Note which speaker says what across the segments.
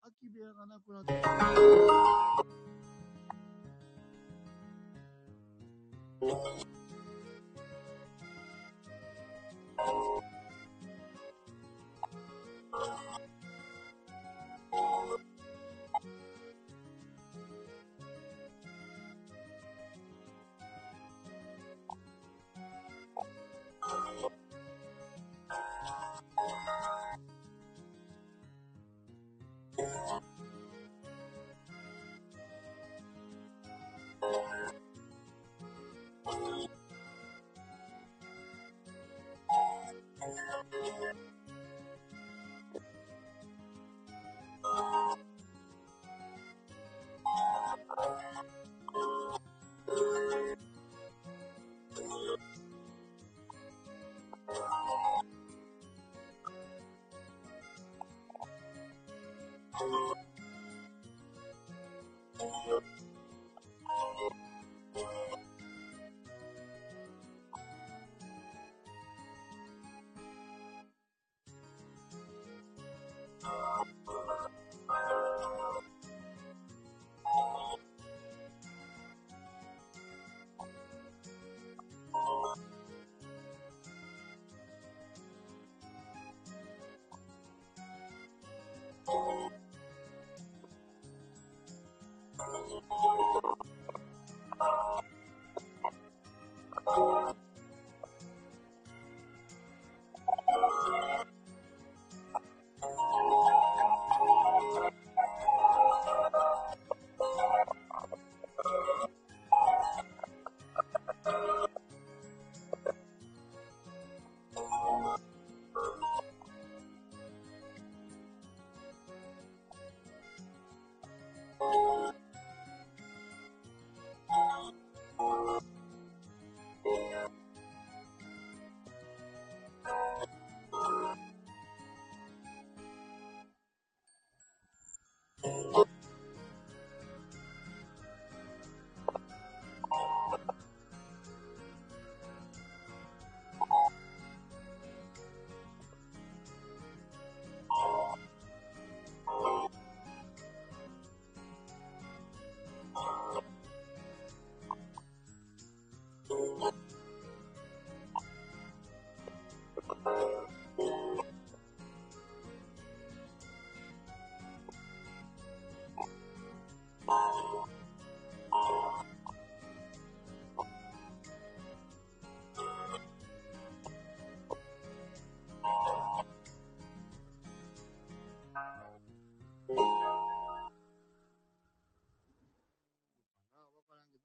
Speaker 1: 空き部屋がなくなって。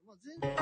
Speaker 2: あ、全然。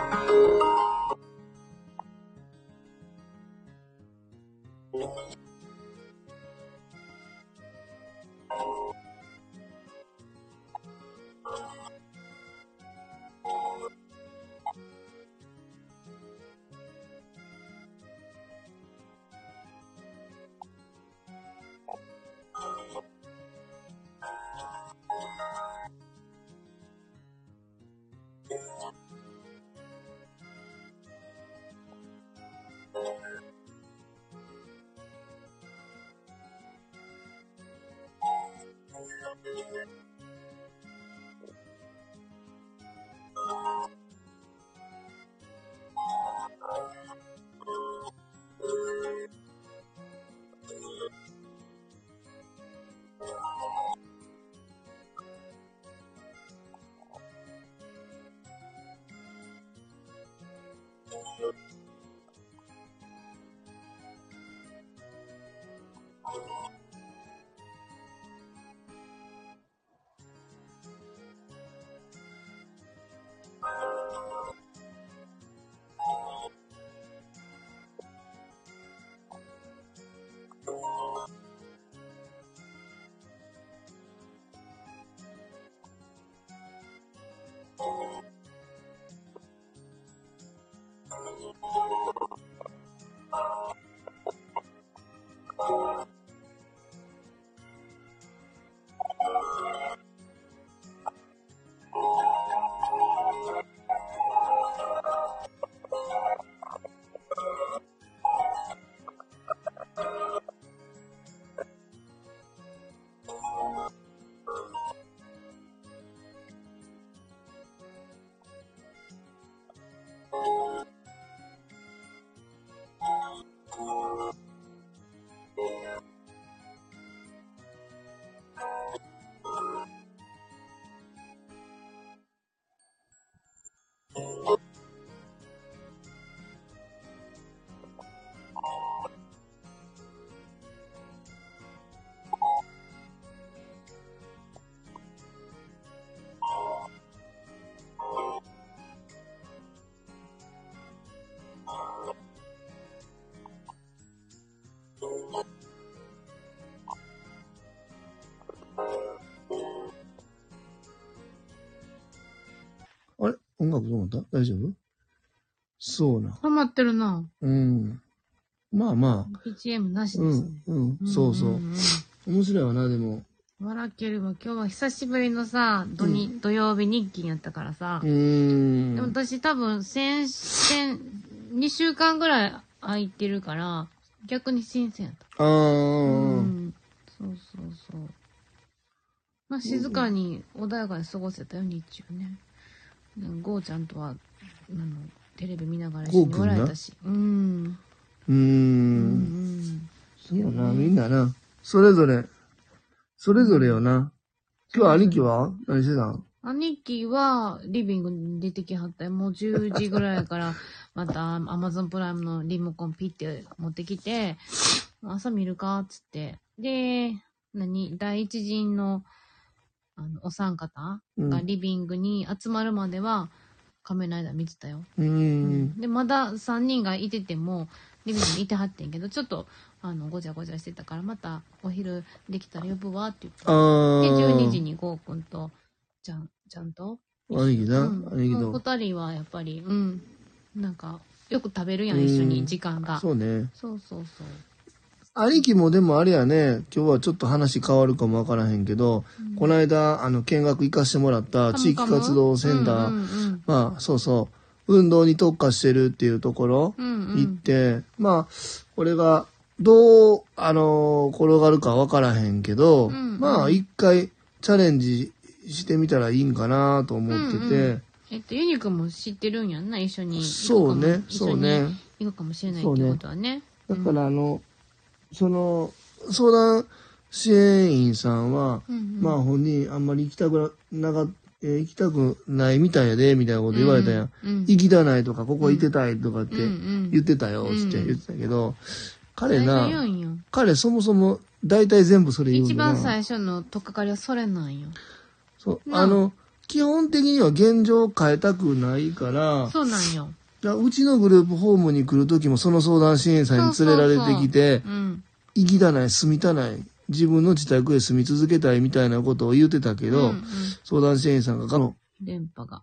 Speaker 2: あれ音楽どうなった大丈夫そうな。
Speaker 3: ハマってるな。
Speaker 2: うん。まあまあ。
Speaker 3: BGM なし
Speaker 2: う
Speaker 3: ですね。
Speaker 2: ん、うん、そうそ
Speaker 3: ん
Speaker 2: う。
Speaker 3: んん。
Speaker 2: 面白いわな、でも。
Speaker 3: 笑ければ今日は久しぶりのさ、土に、土曜日日記やったからさ。
Speaker 2: うー
Speaker 3: でも
Speaker 2: ん。
Speaker 3: 私多分先、先、2週間ぐらい空いてるから、逆に新鮮やった。
Speaker 2: ああ、
Speaker 3: うん。そうそうそう。まあ静かに穏やかに過ごせたよ、日中ね。うんゴーちゃんとは、あの、テレビ見ながら一緒に笑えたし。うん。
Speaker 2: うー。
Speaker 3: うんん。
Speaker 2: そうよな、みんなな。それぞれ。それぞれよな。今日兄貴は何してたん
Speaker 3: 兄貴は、リビングに出てきはったよ。もう10時ぐらいやから、 また、アマゾンプライムのリモコンピッて持ってきて、朝見るかっつって。で、何第一陣の、あの、お三方
Speaker 2: うん。
Speaker 3: が
Speaker 2: う
Speaker 3: リビングに集まるまでは、仮面ライダー見てたよ。
Speaker 2: ーん。
Speaker 3: で、まだ3人がいてても、リビングにいてはってんけど、ちょっと、あの、ごちゃごちゃしてたから、またお昼できたら呼ぶわって言って
Speaker 2: あ。あ。
Speaker 3: で、12時。にゴーくんと、ちゃん、ちゃんと。
Speaker 2: 兄貴な。
Speaker 3: うん、
Speaker 2: 兄貴
Speaker 3: もう
Speaker 2: と。
Speaker 3: 二人はやっぱり、うん。なんか、よく食べるやん、一緒
Speaker 2: うん
Speaker 3: に時間が。そう
Speaker 2: そうね。
Speaker 3: そうそう
Speaker 2: 兄貴もでもあれやね、今日はちょっと話変わるかもわからへんけど、
Speaker 3: うん
Speaker 2: この間、あの、見学行かしてもらった地域活動センター、
Speaker 3: うんうん
Speaker 2: まあ、そうそう、運動に特化してるっていうところ、
Speaker 3: うん。うんう
Speaker 2: 行っ
Speaker 3: ん。
Speaker 2: て、まあ、これが、どう、あのー転がるかわからへんけど、
Speaker 3: うんうん
Speaker 2: まあ、一回チャレンジしてみたらいいんかなと思ってて、
Speaker 3: うんうんえっと、ユニくんも知ってるんやんな、一緒に行
Speaker 2: そう
Speaker 3: くかも。
Speaker 2: ね、そうね。
Speaker 3: 一緒に行くかもしれないってことはね。
Speaker 2: だから、あの、その、相談支援員さんは、
Speaker 3: うんうん、
Speaker 2: まあ、本人あんまり行きたくななか、えー行きたくないみたいやで、みたいなこと言われたやん。
Speaker 3: うん、
Speaker 2: 行きたないとか、ここ行ってたいとかって言っててたよ、つって言ってたけど、彼な、
Speaker 3: 言うんよ。
Speaker 2: 彼そもそも大体全部それ言うん
Speaker 3: 一
Speaker 2: だな
Speaker 3: 番最初のとっかかりはそれなんよ。
Speaker 2: そう。
Speaker 3: な
Speaker 2: あの、基本的には現状を変えたくないから、
Speaker 3: そうなんよ。
Speaker 2: だからうちのグループホームに来る時もその相談支援者に連れられてきて、
Speaker 3: うん。
Speaker 2: 行きたない、住みたない、自分の自宅へ住み続けたいみたいなことを言ってたけ
Speaker 3: うん
Speaker 2: ど、
Speaker 3: うん
Speaker 2: 相談支援員さんが、あの、
Speaker 3: 電波が。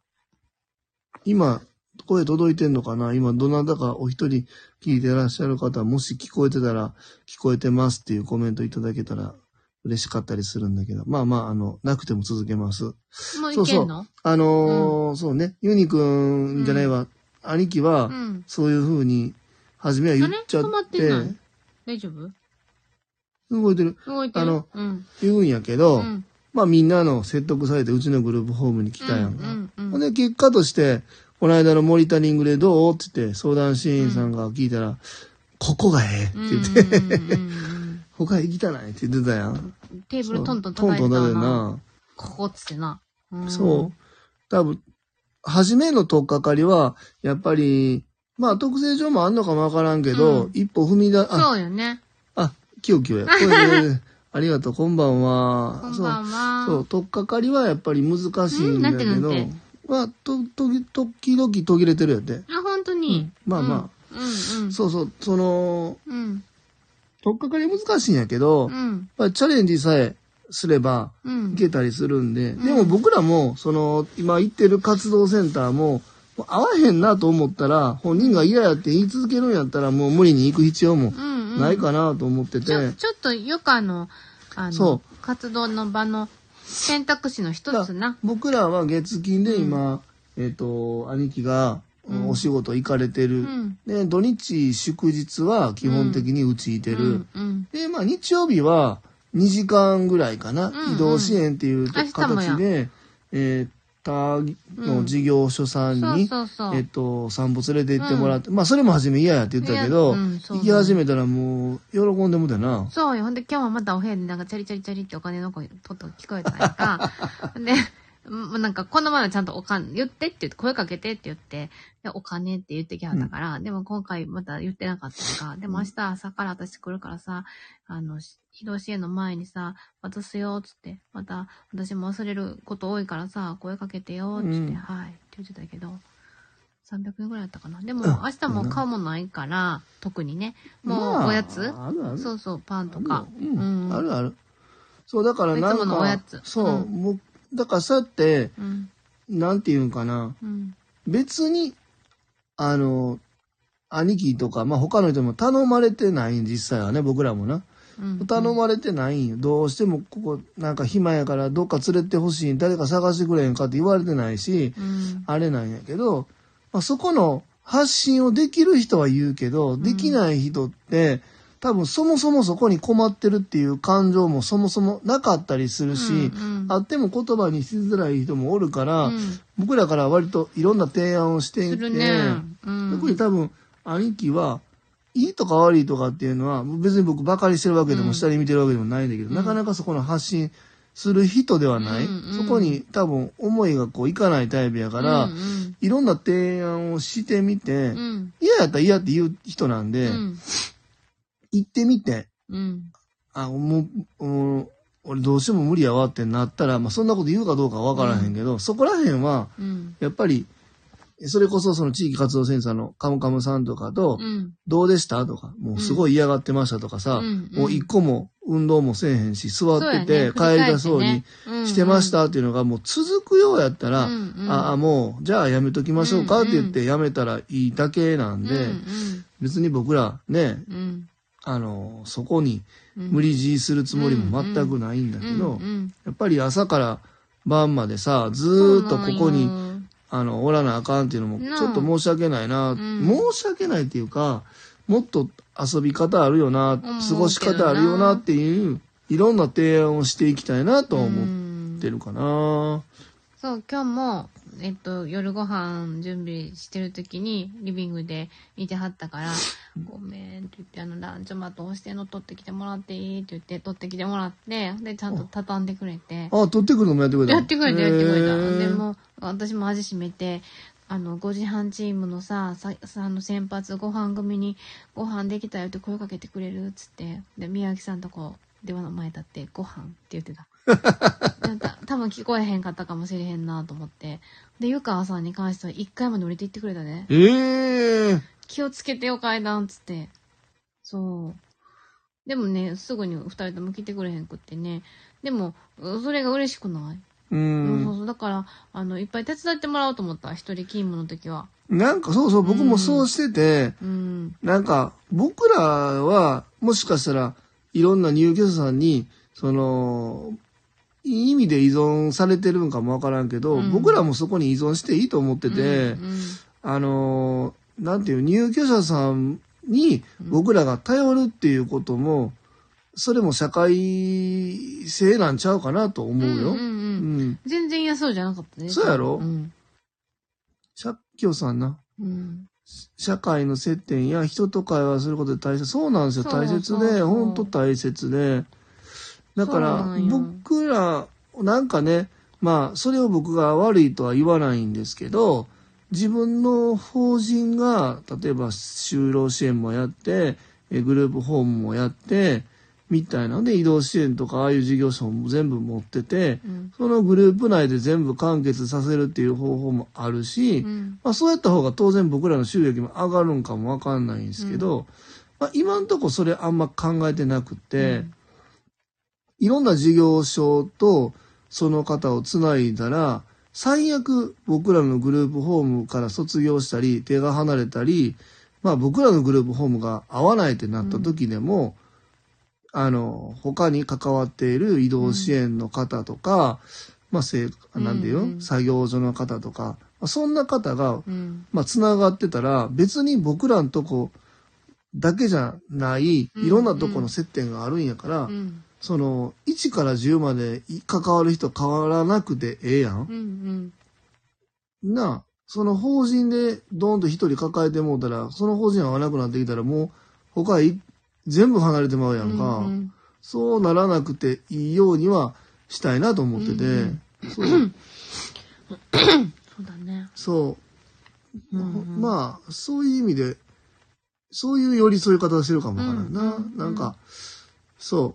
Speaker 2: 今、声届いてんのかな今、どなたかお一人聞いてらっしゃる方、もし聞こえてたら、聞こえてますっていうコメントいただけたら嬉しかったりするんだけど、まあまあ、あの、なくても続けます。
Speaker 3: もういけんの
Speaker 2: あのーそうね、ユニくんじゃないわ、兄貴は、
Speaker 3: うん。
Speaker 2: そういうふうに、初めは言っちゃっ
Speaker 3: あれ止まって
Speaker 2: て、
Speaker 3: ない大丈夫
Speaker 2: 動いてる、
Speaker 3: 動いてる
Speaker 2: あの、
Speaker 3: うん。
Speaker 2: 言うんやけど、
Speaker 3: うん
Speaker 2: まあみんなの説得されて、うちのグループホームに来たやんか。
Speaker 3: うんうん
Speaker 2: ほんで、結果として、この間のモニタリングでどうって言って、相談支援員さんが聞いたら、ここがええって
Speaker 3: うん
Speaker 2: 言って、
Speaker 3: うんうんうん
Speaker 2: 他行きたないって言ってたやん。
Speaker 3: うんテーブルトントン
Speaker 2: トン
Speaker 3: 叩
Speaker 2: ト
Speaker 3: いて
Speaker 2: ン
Speaker 3: た
Speaker 2: だ
Speaker 3: わ
Speaker 2: よ
Speaker 3: な。
Speaker 2: な。
Speaker 3: ここっつってな。うん
Speaker 2: そう。。多分、初めの取っかかりは、やっぱり、まあ特性上もあんのかもわからんけど、
Speaker 3: うん
Speaker 2: 一歩踏み出、あ、
Speaker 3: そうよね。
Speaker 2: あ、キヨキヨや。これで ありがとう、こんばんは。
Speaker 3: こんばんは。
Speaker 2: そう、取っかかりはやっぱり難しいんだけ
Speaker 3: うん
Speaker 2: ど
Speaker 3: なんてなんて、
Speaker 2: まあ、と、とぎ、時々途切れてるよね。
Speaker 3: あ、本当
Speaker 2: う
Speaker 3: に。
Speaker 2: んまあま
Speaker 3: あ。うんうん。
Speaker 2: そうそう、その、
Speaker 3: うん。
Speaker 2: 取っかかり難しいんやけど、
Speaker 3: う
Speaker 2: やっ
Speaker 3: ん。
Speaker 2: ぱりチャレンジさえすれば
Speaker 3: うん。
Speaker 2: いけたりするんで、
Speaker 3: ん
Speaker 2: でも僕らも、その、今行ってる活動センターも、もう合わへんなと思ったら、本人が嫌やって言い続けるんやったら、もう無理に行く必要も
Speaker 3: うんうん。
Speaker 2: ないかなと思ってて、
Speaker 3: ちょ、ちょっとよくあの、あの
Speaker 2: そ、
Speaker 3: 活動の場の選択肢の一つな。
Speaker 2: 僕らは月金で今、えっ、と、兄貴が、
Speaker 3: うん
Speaker 2: お仕事行かれて
Speaker 3: う
Speaker 2: る、
Speaker 3: ん。
Speaker 2: で、土日祝日は基本的にうちいてる。
Speaker 3: うんうん。
Speaker 2: で、まあ日曜日は2時間ぐらいかな。
Speaker 3: んうん
Speaker 2: 移動支援っていう
Speaker 3: 明日もや
Speaker 2: 形で、えー、他の事業所さんに、
Speaker 3: そうそうそう。
Speaker 2: えっと、散歩連れて行ってもらって、まあそれも初め嫌やって言ったけど、
Speaker 3: いやうんそう
Speaker 2: 行き始めたらもう喜んでもだな。
Speaker 3: そうよ。ほんで、今日はまたお部屋でなんか、チャリチャリチャリってお金の声、とっと聞こえたんや んか。で、うんなんか、この前はちゃんとお金、言ってって言って、声かけてって言って、で、お金って言ってきはったから、でも今回また言ってなかったから、でも明日朝から私来るからさ、あの、し移動支援の前にさ、渡すよ、つって、また、私も忘れること多いからさ、声かけてよ、つって、
Speaker 2: うん
Speaker 3: はい、って言ってたけど、300円ぐらいだったかな。でも、
Speaker 2: うん
Speaker 3: 明日も買うもんないから、特にね、も
Speaker 2: ま
Speaker 3: う
Speaker 2: あ
Speaker 3: おやつ、
Speaker 2: あるある。
Speaker 3: そうそう、パンとか。
Speaker 2: あるようん
Speaker 3: うん
Speaker 2: あるある。そう、だからなん
Speaker 3: いつものおや
Speaker 2: か
Speaker 3: つ、
Speaker 2: そう、
Speaker 3: うん
Speaker 2: もう、だからそうやって、
Speaker 3: うん。
Speaker 2: なんていうんかな、
Speaker 3: うん。
Speaker 2: 別に、あの、兄貴とか、まあ他の人も頼まれてないん、実際はね、僕らもな。
Speaker 3: うん。
Speaker 2: 頼まれてないんよ。どうしてもここ、なんか暇やから、どっか連れてほしい、誰か探してくれへんかって言われてないし、
Speaker 3: うん。
Speaker 2: あれなんやけど、まあ、そこの発信をできる人は言うけど、できない人って、多分そもそもそこに困ってるっていう感情もそもそもなかったりするし、
Speaker 3: うんうん
Speaker 2: あっても言葉にしづらい人もおるから、
Speaker 3: うん
Speaker 2: 僕らから割といろんな提案をしてい
Speaker 3: す
Speaker 2: て、
Speaker 3: るね。うん。
Speaker 2: 特に多分兄貴はいいとか悪いとかっていうのは別に僕ばかりしてるわけで
Speaker 3: うん
Speaker 2: も下に見てるわけでもないんだけど、
Speaker 3: うん
Speaker 2: なかなかそこの発信する人ではない、
Speaker 3: うんうん
Speaker 2: そこに多分思いがこういかないタイプやから、
Speaker 3: うん
Speaker 2: いろんな提案をしてみて、
Speaker 3: うん。うん。
Speaker 2: 嫌やったら嫌って言う人なん
Speaker 3: う
Speaker 2: で、
Speaker 3: ん。
Speaker 2: 行ってみて
Speaker 3: うん。
Speaker 2: あもううん俺どうしても無理やわってなったら、まあ、そんなこと言うかどうかは分からへんけど、そこら辺は
Speaker 3: うん。
Speaker 2: やっぱりそれこそその地域活動センサーのカムカムさんとかと、
Speaker 3: うん。
Speaker 2: どうでしたとか、もうすごい嫌がってましたとかさ、
Speaker 3: うん
Speaker 2: もう一個も運動もせえへんし、座ってて、
Speaker 3: そうやね
Speaker 2: 帰りたそうにしてまし。たっていうのがもう続くようやったら、
Speaker 3: うんうん
Speaker 2: ああ、もう、じゃあやめときましょうかって言っ
Speaker 3: う
Speaker 2: てやめたらいいだけなん
Speaker 3: 振
Speaker 2: で、
Speaker 3: り返ってね
Speaker 2: 別に僕らね、
Speaker 3: うん。うん
Speaker 2: あの、そこに
Speaker 3: うん。うん
Speaker 2: 無理強いするつもりも全くないんだけど、
Speaker 3: うんうん
Speaker 2: やっぱり朝から晩までさ、ずーっとここに、
Speaker 3: そうなんよ
Speaker 2: あの、おらなあかんっていうのも、
Speaker 3: なあ
Speaker 2: ちょっと申し訳ないな、
Speaker 3: ん
Speaker 2: 申し訳ないっていうか、もっと遊び方あるよな、
Speaker 3: 思うけどな
Speaker 2: 過ごし方あるよなっていう、いろんな提案をしていきたいなとは
Speaker 3: う
Speaker 2: 思
Speaker 3: ん
Speaker 2: ってるかな。
Speaker 3: そう、今日も、えっと、夜ご飯準備してる時に、リビングでいてはったから、ごめんって言って、あの、ランチョマト押してんの取ってきてもらっていいって言って、取ってきてもらって、で、ちゃんと畳んでくれて、
Speaker 2: あ、取ってくるのもやってくれた
Speaker 3: やってくれた、やってくれ
Speaker 2: へ
Speaker 3: た。で
Speaker 2: ー
Speaker 3: も、私も味しめて、あの、5時半チームのさ、さ、さあの、先発ご飯組に、ご飯できたよって声かけてくれるっ つって、で、宮城さんとこ、電話の前立って、ご飯って言ってた。なんか、多分聞こえへんかったかもしれへんなと思って。で、ゆかわさんに関しては一回まで降りていってくれたね。
Speaker 2: ええ。
Speaker 3: 気をつけてよ、階段、つって。そう。でもね、すぐに二人とも来てくれへんくってね。でも、うそれが嬉しくないうそうそうんそう。だから、あの、いっぱい手伝ってもらおうと思った。一人勤務の時は。
Speaker 2: なんかそうそう、僕もそうしてて、
Speaker 3: うん。
Speaker 2: なんか僕らはもしかしたらいろんな入居者さんに、その、いい意味で依存されてるんかもわからんけど、
Speaker 3: うん
Speaker 2: 僕らもそこに依存していいと思ってて、
Speaker 3: うん
Speaker 2: あのーなんていう、入居者さんに僕らが頼るっていうことも、それも社会性なんちゃうかなと
Speaker 3: うん
Speaker 2: 思うよ。
Speaker 3: う
Speaker 2: う
Speaker 3: んうんうん。
Speaker 2: ん。
Speaker 3: 全然嫌そうじゃなかったね。
Speaker 2: そうやろ
Speaker 3: うん。
Speaker 2: 社協さんな。
Speaker 3: うん。
Speaker 2: 社会の接点や人と会話することで大切。そうなんですよ。
Speaker 3: そう
Speaker 2: 大切
Speaker 3: そう
Speaker 2: で、
Speaker 3: そう
Speaker 2: ほんと大切で。だか
Speaker 3: そうな
Speaker 2: ら
Speaker 3: ん、よ
Speaker 2: 僕ら、なんかね、まあ、それを僕が悪いとは言わないんですけど、自分の法人が、例えば就労支援もやって、えグループホームもやって、みたいなので、移動支援とか、ああいう事業所も全部持ってて、
Speaker 3: うん。
Speaker 2: そのグループ内で全部完結させるっていう方法もあるし、
Speaker 3: うん。
Speaker 2: まあ、そうやった方が当然僕らの収益も上がるんかもわかんないんですけど、まあ、今んとこそれあんま考えてなくて、いろんな事業所とその方をつないだら、最悪僕らのグループホームから卒業したり、手が離れたり、まあ僕らのグループホームが合わないってなった時でも、あの、他に関わっている移動支援の方とか、まあ、せいなんていうの、
Speaker 3: うんうん
Speaker 2: 作業所の方とか、まあそんな方が
Speaker 3: うん。
Speaker 2: まあ、つながってたら、別に僕らのとこだけじゃない、い
Speaker 3: うん
Speaker 2: ろんなとこの接点があるんやから、
Speaker 3: うん。
Speaker 2: その、1から10までい関わる人変わらなくてええやん
Speaker 3: う。ん。うん。
Speaker 2: なあ、その法人でドーンと1人抱えてもうたら、その法人合わなくなってきたら、もう、他い全部離れてまうやんか。
Speaker 3: うん
Speaker 2: そうならなくていいようにはしたいなと思ってて、
Speaker 3: うん
Speaker 2: そう、
Speaker 3: そうだね。
Speaker 2: そう。
Speaker 3: うんうん
Speaker 2: まあ、そういう意味で、そういう寄り添い方をしてるかもわからんな。
Speaker 3: うんうんうん
Speaker 2: なんか、そ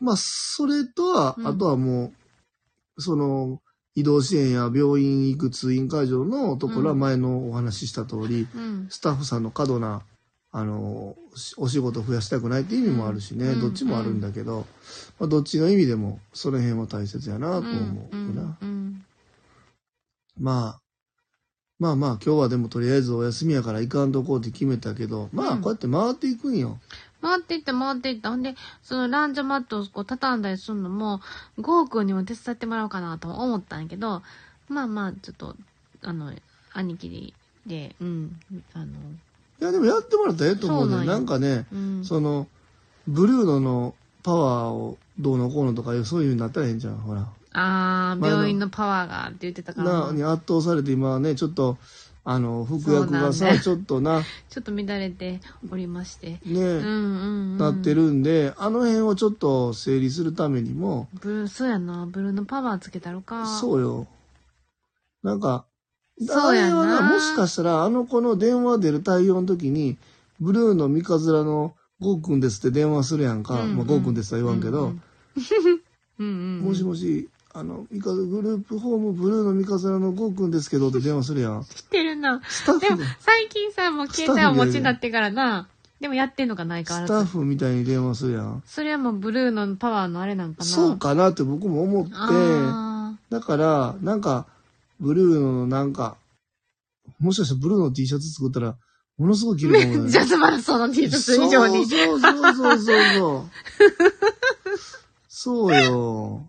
Speaker 2: う。まあ、それとは、
Speaker 3: うん
Speaker 2: あとはもう、その、移動支援や病院行く通院会場のところは
Speaker 3: うん
Speaker 2: 前のお話しした通り、
Speaker 3: うん。
Speaker 2: スタッフさんの過度な、あの、しお仕事増やしたくないっていう意味もあるしね、
Speaker 3: うん
Speaker 2: どっちもあるんだけど、まあ、どっちの意味でも、その辺は大切やなと
Speaker 3: う
Speaker 2: 思うな。
Speaker 3: ん。うん。
Speaker 2: まあ、まあまあ今日はでもとりあえずお休みやから行かんとこうって決めたけど、まあ
Speaker 3: うん
Speaker 2: こうやって回っていくんよ。
Speaker 3: 回っていった回っていった。ほんで、そのランジャマットをこう畳んだりするのも、ゴーくんにも手伝ってもらおうかなと思ったんやけど、まあまあ、ちょっと、あの、兄貴で、うん、あの、
Speaker 2: いやでもやってもらったらええと思うね
Speaker 3: そうな
Speaker 2: ん。
Speaker 3: んよ
Speaker 2: なんかね、
Speaker 3: うん。
Speaker 2: その、ブルーノのパワーをどうのこうのとかいうそういう風になったらええんじゃん、ほら。
Speaker 3: あー、
Speaker 2: 前の
Speaker 3: 病院のパワーがって言ってたから
Speaker 2: な、に
Speaker 3: な、
Speaker 2: 圧倒されて今はね、ちょっと、あの、服薬が
Speaker 3: そうな
Speaker 2: さ、
Speaker 3: んだ
Speaker 2: ちょっとな、
Speaker 3: ちょっと乱れておりまして。
Speaker 2: ね、
Speaker 3: うんうん、うん。
Speaker 2: なって。るんで、あの辺をちょっと整理するためにも、
Speaker 3: ブルー、そうやな。ブルーのパワーつけたろか。う。
Speaker 2: そうよ。なんか、
Speaker 3: そうやな
Speaker 2: あれはもしかしたら、あの子の電話出る対応の時に、ブルーの三日面のゴーくんですって電話するやんか。
Speaker 3: うんうん
Speaker 2: まあ、ゴーくんですとは言わんけど、
Speaker 3: うんうん。うんうん
Speaker 2: もしもし、あの、三日グループホームブルーの三日面のゴーくんですけどって電話するやん。
Speaker 3: 知ってるな。
Speaker 2: スタッ
Speaker 3: で
Speaker 2: フ
Speaker 3: も、最近さ、もう携帯をお持ちになってからな。でもやってんのかないから
Speaker 2: スタッフみたいに電話するやん。
Speaker 3: それはもうブルーのパワーのあれなんかな。
Speaker 2: そう。かなって僕も思って、
Speaker 3: あ
Speaker 2: だから、なんか、ブルーノのなんか、もしかしたらブルーノの T シャツ作ったら、ものすごい綺
Speaker 3: ー
Speaker 2: 麗かも
Speaker 3: め
Speaker 2: ね
Speaker 3: っち。ゃ素晴らしそうな T シャツ以上に。
Speaker 2: そうそうそうそうそう。そうよ。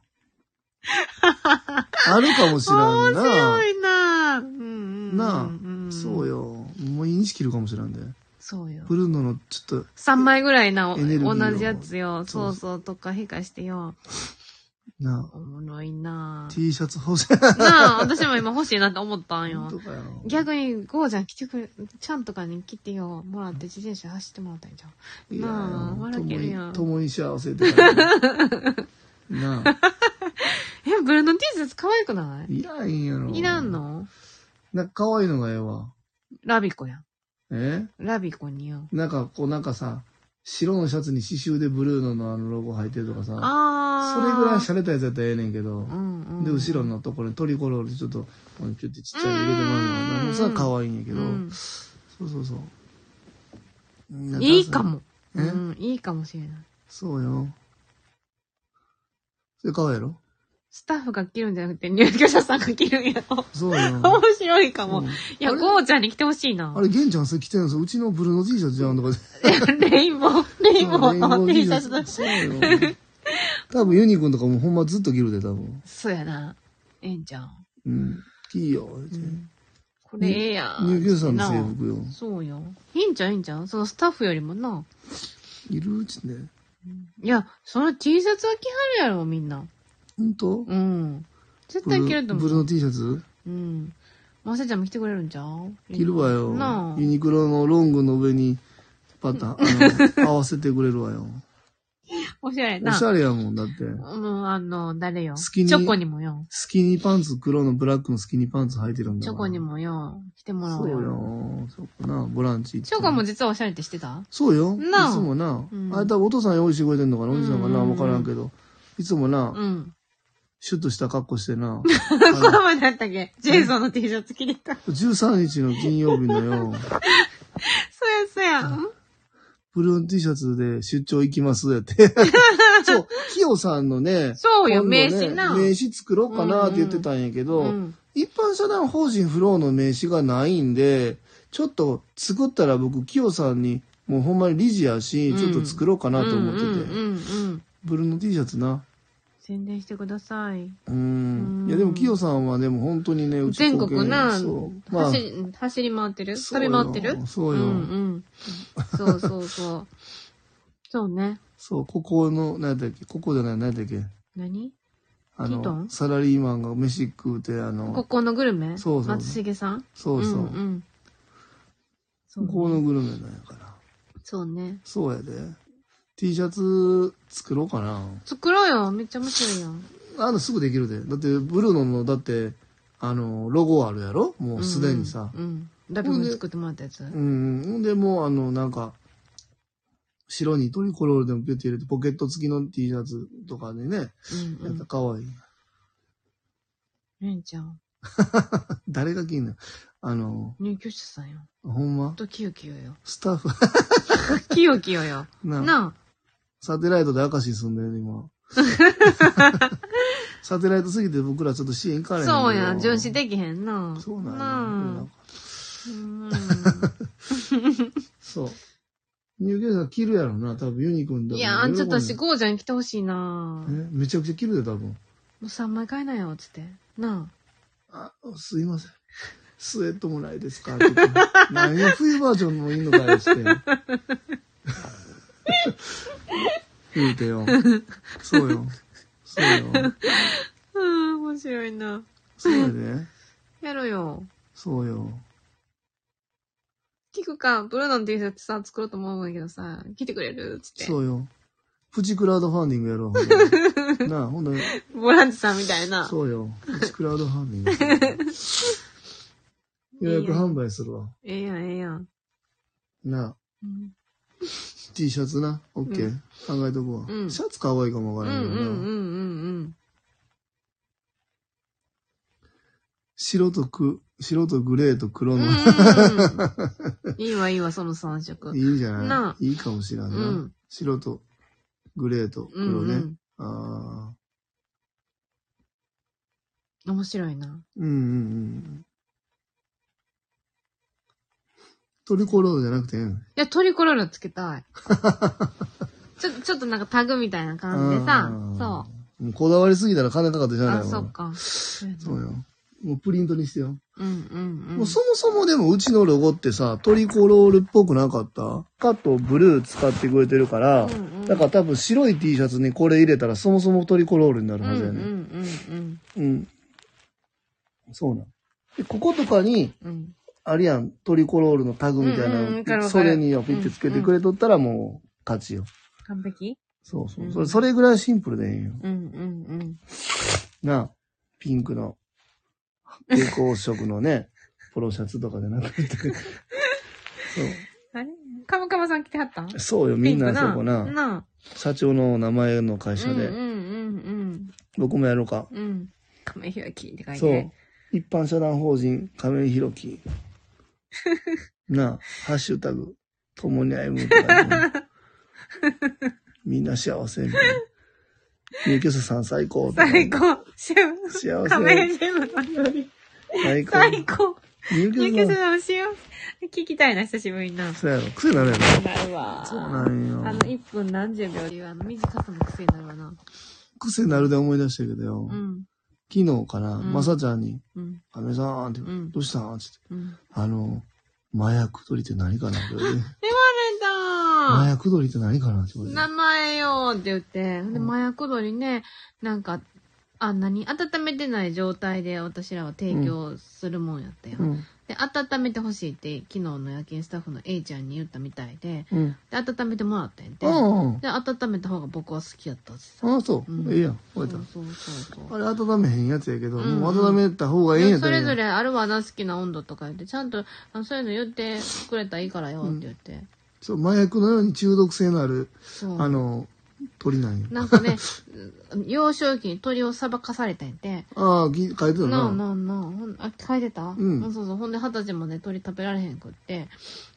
Speaker 2: あるかもしらん
Speaker 3: 面白
Speaker 2: な。
Speaker 3: いなうんうんうん。
Speaker 2: なあ
Speaker 3: ん
Speaker 2: そう。よ。もうインチ切るかもしらんで。
Speaker 3: そうよ。
Speaker 2: ブルーノのちょっと、
Speaker 3: 3枚ぐらいな、お
Speaker 2: エネルギーを
Speaker 3: 同じやつよ。そ
Speaker 2: そうう
Speaker 3: そう、とか、へかしてよ。
Speaker 2: な、
Speaker 3: おもろいな
Speaker 2: T シャツ欲しい。な
Speaker 3: なあ、私も今欲しいなって思ったんよ
Speaker 2: と。かよ。
Speaker 3: 逆に、ゴーちゃん来てくれ、ちゃんとかに来てよ、もらって自転車走ってもらったんじゃん。
Speaker 2: いや
Speaker 3: なあ笑けるやん
Speaker 2: 共に、共に幸せって感 じ。なあ、
Speaker 3: え、ブルーの T シャツ可愛くない
Speaker 2: らんやろ。
Speaker 3: いいらんの
Speaker 2: なんか可愛いのがええわ。
Speaker 3: ラビコやん。
Speaker 2: え
Speaker 3: ラビコによ。
Speaker 2: なんかこうなんかさ、白のシャツに刺繍でブルーノのあのロゴ入ってるとかさ。
Speaker 3: ああ。
Speaker 2: それぐらい洒落たやつやったらええねんけど
Speaker 3: う、んうんうん。
Speaker 2: で、後ろのところにトリコロールちょっと、あのピュってちっちゃいの入れてもらうのが
Speaker 3: うんうんう
Speaker 2: ね、
Speaker 3: ん
Speaker 2: それは可愛いんやけど、
Speaker 3: うん
Speaker 2: そうそうそう。なん
Speaker 3: いいか。も。
Speaker 2: え
Speaker 3: うん、いいかもしれない。
Speaker 2: そうよ。それ可愛いやろ
Speaker 3: スタッフが着るんじゃなくて入居者さんが着るんやろ。
Speaker 2: そう よ。
Speaker 3: 面白いかも。
Speaker 2: うん
Speaker 3: いや、
Speaker 2: あれ
Speaker 3: ゴーちゃんに来てほしいな
Speaker 2: あ。れ、玄ちゃんそれ着てるんですよ。うちのブルーの T シャツじゃんとかで。
Speaker 3: レインボー、レインボーの T シャツだ。
Speaker 2: そうよ。多分ユニくんとかもほんまずっと着るで、多分。
Speaker 3: そうやな。ええんじゃん。
Speaker 2: うん。いいよ。言うて
Speaker 3: これええやん。
Speaker 2: 入居者さんの制服よ。
Speaker 3: なそうよ。いいんじゃん、いいんじゃん。そのスタッフよりもな。
Speaker 2: いるうちね。
Speaker 3: いや、その T シャツは着はるやろ、みんな。
Speaker 2: ほんと
Speaker 3: うん。絶
Speaker 2: ブル
Speaker 3: 対
Speaker 2: ー
Speaker 3: 着ると
Speaker 2: ブルー
Speaker 3: 思
Speaker 2: の
Speaker 3: う。
Speaker 2: T シャツ
Speaker 3: うん。まさちゃんも来てくれるんじゃん
Speaker 2: 着るわよ
Speaker 3: な。あ
Speaker 2: ユ。ニクロのロングの上に、パタ ーン、あの合わせてくれるわよ。
Speaker 3: おしゃれ
Speaker 2: お
Speaker 3: な。
Speaker 2: しゃれやもん、だって。
Speaker 3: もうあの、誰よ。
Speaker 2: スキ
Speaker 3: チ
Speaker 2: ニー
Speaker 3: ョコにもよ。
Speaker 2: スキニーパンツ、黒のブラックのスキニーパンツ履いてるんだ
Speaker 3: チ
Speaker 2: から
Speaker 3: ョコに。もよ。来てもらお
Speaker 2: そうう
Speaker 3: よ。
Speaker 2: よ。そこな、ボランチ行って
Speaker 3: チョコも実はおしゃれってしてた
Speaker 2: そうよ。い
Speaker 3: なあ
Speaker 2: つもな
Speaker 3: う。ん
Speaker 2: あれ多分お父さん用意してくれてんのかなおじさんかな
Speaker 3: うん
Speaker 2: わからんけど。いつもな、
Speaker 3: うん。
Speaker 2: シュッとした格好してな。
Speaker 3: この前だったっけジェイソンの T シャツ着てた。
Speaker 2: 13日の金曜日の よ、
Speaker 3: そうや、そうや。ん
Speaker 2: ブルーの T シャツで出張行きますやって。 そう、キヨさんのね、
Speaker 3: そうよ、
Speaker 2: 今度ね
Speaker 3: 名刺な。
Speaker 2: 名刺作ろうかなって言ってたんやけど、
Speaker 3: うん。
Speaker 2: 一般社団法人フローの名刺がないんで、ちょっと作ったら僕、キヨさんに、もうほんまに理事やし、
Speaker 3: うん
Speaker 2: ちょっと作ろうかなと思ってて。
Speaker 3: うんうんうんうん。
Speaker 2: ブルーの T シャツな。
Speaker 3: 宣伝してください。
Speaker 2: うん
Speaker 3: うん
Speaker 2: いやでも、キヨさんはでも本当にね、うち
Speaker 3: 全国な
Speaker 2: そう。まあ
Speaker 3: 走、り、走り回ってる
Speaker 2: そう
Speaker 3: 飛
Speaker 2: よ
Speaker 3: び回ってる
Speaker 2: そうよ。
Speaker 3: んうん。そうそうそう。そうね。
Speaker 2: そう、ここの、なんだっけ、ここじゃない、なんだっけ。
Speaker 3: 何
Speaker 2: あ
Speaker 3: キート
Speaker 2: の、
Speaker 3: ン
Speaker 2: サラリーマンが飯食うて、あ
Speaker 3: こ
Speaker 2: の、
Speaker 3: このグルメ
Speaker 2: そうそう
Speaker 3: 松重さん
Speaker 2: そうそう。
Speaker 3: うんうん。そう
Speaker 2: ここのグルメなんやから。
Speaker 3: そうね。
Speaker 2: そうやで。T シャツ作ろうかな。
Speaker 3: 作ろうよ。めっちゃ面白いやん。
Speaker 2: あの、すぐできるで。だって、ブルーノの、だって、あの、ロゴあるやろもうすでにさ。
Speaker 3: うんうん。うんラピ君作ってもらったやつ。
Speaker 2: うん。ほんで、もう、あの、なんか、白にトリコロールでもピュッて入れて、ポケット付きの T シャツとかでね、
Speaker 3: うんう
Speaker 2: なん
Speaker 3: ん
Speaker 2: か。可愛い。
Speaker 3: レンちゃん。
Speaker 2: 誰が着んのあの、
Speaker 3: 入居者さんよ。
Speaker 2: ほんま
Speaker 3: ほん、とキヨキヨよ。
Speaker 2: スタッフ、
Speaker 3: キヨキヨよ。
Speaker 2: な
Speaker 3: な
Speaker 2: サテライトで明石に住んでる 今。サテライトすぎて僕らちょっと支援行か
Speaker 3: あ。
Speaker 2: れへんけど
Speaker 3: そうや。巡視できへんな。
Speaker 2: そうなんや
Speaker 3: なあ。うん。
Speaker 2: そう。入居者着るやろな、多分ユニコーンだ
Speaker 3: いやー、ちょっと私、
Speaker 2: ご
Speaker 3: ゴーちゃん来てほしいな。も
Speaker 2: めちゃくちゃ着るで、多分。
Speaker 3: う3枚買えなよ、つって。な
Speaker 2: あ、すいません。スウェットもないです かって言って何や、冬バージョンもいいのかよ、して。言うてよ。そうよ。そうよ。
Speaker 3: あ。うん、面白いな。
Speaker 2: そうやで。
Speaker 3: やろよ。
Speaker 2: そうよ。
Speaker 3: 聞くか、ブルーノの T シャツさ、作ろうと思うんだけどさ、来てくれるつって。
Speaker 2: そうよ。プチクラウドファンディングやろうほんで。なあ、ほんとに。
Speaker 3: ボランティアさんみたいな。
Speaker 2: そうよ。プチクラウドファンディン グ。予約販売するわ。
Speaker 3: ええやん、ええやん。
Speaker 2: なあ、
Speaker 3: うん、
Speaker 2: T シャツな。オッケー。考えとくわ。
Speaker 3: うん
Speaker 2: シャツ可愛いかも
Speaker 3: う
Speaker 2: わ
Speaker 3: ん
Speaker 2: から
Speaker 3: うん
Speaker 2: ん
Speaker 3: う
Speaker 2: けどな。
Speaker 3: んうん
Speaker 2: 白とく、白とグレーと黒
Speaker 3: うん。う
Speaker 2: の。
Speaker 3: ん。いいわ、いいわ、その3色。
Speaker 2: いいんじゃない
Speaker 3: ない
Speaker 2: いかもしらんな。
Speaker 3: うん
Speaker 2: 白とグレーと
Speaker 3: う
Speaker 2: 黒
Speaker 3: ん、
Speaker 2: ね。
Speaker 3: うん。
Speaker 2: ああ。
Speaker 3: 面白いな。
Speaker 2: うんうんうん。トリコロールじゃなくてええん
Speaker 3: いや、トリコロールつけ たい。ちょ、ちょっとなんかタグみたいな感じでさ、そ
Speaker 2: うん。もうこだわりすぎたら金かかってし
Speaker 3: う。
Speaker 2: ゃあない
Speaker 3: あ、
Speaker 2: わ
Speaker 3: そっか。そうやな
Speaker 2: そうよ。もうプリントにしてよ。
Speaker 3: うんうんうん。
Speaker 2: もうそもそもでもうちのロゴってさ、トリコロールっぽくなかった赤とブルー使ってくれてるから、
Speaker 3: うんうん
Speaker 2: だから多分白い T シャツにこれ入れたらそもそもトリコロールになるはずや
Speaker 3: うんう
Speaker 2: ね。
Speaker 3: んうん
Speaker 2: うん、そうなん。で、こことかに、
Speaker 3: うん。うん。
Speaker 2: あるやん、トリコロールのタグみたい
Speaker 3: うんうんわか
Speaker 2: な
Speaker 3: る
Speaker 2: の、
Speaker 3: わ
Speaker 2: そ
Speaker 3: かる
Speaker 2: れによピッてつけてくれとったらもう勝ちよ。
Speaker 3: 完璧
Speaker 2: そうそうう。
Speaker 3: ん
Speaker 2: それ、それぐらいシンプルでええんよ。
Speaker 3: うんうんうん。
Speaker 2: なあ、ピンク の、蛍光色のね、ポロシャツとかじゃなくて。
Speaker 3: あれカムカムさん来てはったん
Speaker 2: そう。そうよ、みんなそこな。
Speaker 3: な
Speaker 2: 社長の名前の会
Speaker 3: あ。う
Speaker 2: 社
Speaker 3: んうん
Speaker 2: で、
Speaker 3: うん
Speaker 2: 僕もやろうか。
Speaker 3: うんうん。亀開きって書いて
Speaker 2: そ
Speaker 3: ね
Speaker 2: う。。一般社団法人、亀井宏 樹。なあ、ハッシュタグ、共に歩むって書いて あるみんな幸せみたいな。ゆうきょさん最高とか。
Speaker 3: 最高。シェ
Speaker 2: 幸
Speaker 3: フ。
Speaker 2: せ
Speaker 3: 亀井シェフの料理。
Speaker 2: 最高。
Speaker 3: 最高。
Speaker 2: ゆう
Speaker 3: ゆう
Speaker 2: き
Speaker 3: き
Speaker 2: ょ
Speaker 3: さ
Speaker 2: さ
Speaker 3: ん
Speaker 2: ん。
Speaker 3: のお塩。聞きたいな、久しぶりにな。
Speaker 2: そうやろ。癖になるやろ。
Speaker 3: なるわ。
Speaker 2: そうなん
Speaker 3: あ
Speaker 2: よ
Speaker 3: の、。1分何十秒っていう、あの、短さも癖になるわな。
Speaker 2: 癖になるで思い出したけどよ。
Speaker 3: うん。
Speaker 2: 昨日かな、
Speaker 3: うん
Speaker 2: まさちゃんに、
Speaker 3: うん。
Speaker 2: 亀井さんって、
Speaker 3: うん
Speaker 2: どうしたんって
Speaker 3: うん。
Speaker 2: あの、麻薬取りって何かなって言われて。 麻
Speaker 3: 出
Speaker 2: 薬取りって何かなって言われて
Speaker 3: た。名前よって言って。で、麻薬鳥ね、なんか、あ、何温めてない状態で私らは提供するもんやったよ。
Speaker 2: うん。
Speaker 3: で、温めてほしいって、昨日の夜勤スタッフの A ちゃんに言ったみたいで、
Speaker 2: うん。
Speaker 3: で、温めてもらったんやて。
Speaker 2: うん。
Speaker 3: で、温めた方が僕は好きやったってさ。
Speaker 2: ああ、そう。
Speaker 3: うん
Speaker 2: ええやん。覚えた
Speaker 3: そう。そうそうそう
Speaker 2: あれ温めへんやつやけど、
Speaker 3: うん
Speaker 2: もう温めた方がええんや
Speaker 3: で
Speaker 2: った
Speaker 3: もそ
Speaker 2: ら
Speaker 3: れぞれあるわな好きな温度とか言ってちゃんとあそういうの言ってくれたらいいからよって言って、
Speaker 2: そう、麻薬のように中毒性のある、
Speaker 3: そう
Speaker 2: あの、鳥なんよ。
Speaker 3: なんかね うん幼少期に鳥をさばかされたんやて
Speaker 2: ああ、ぎ書いてた
Speaker 3: な
Speaker 2: な。
Speaker 3: あなあなあほんあ書いてた、
Speaker 2: うん
Speaker 3: そうそうほんで二十歳まで鳥食べられへんくって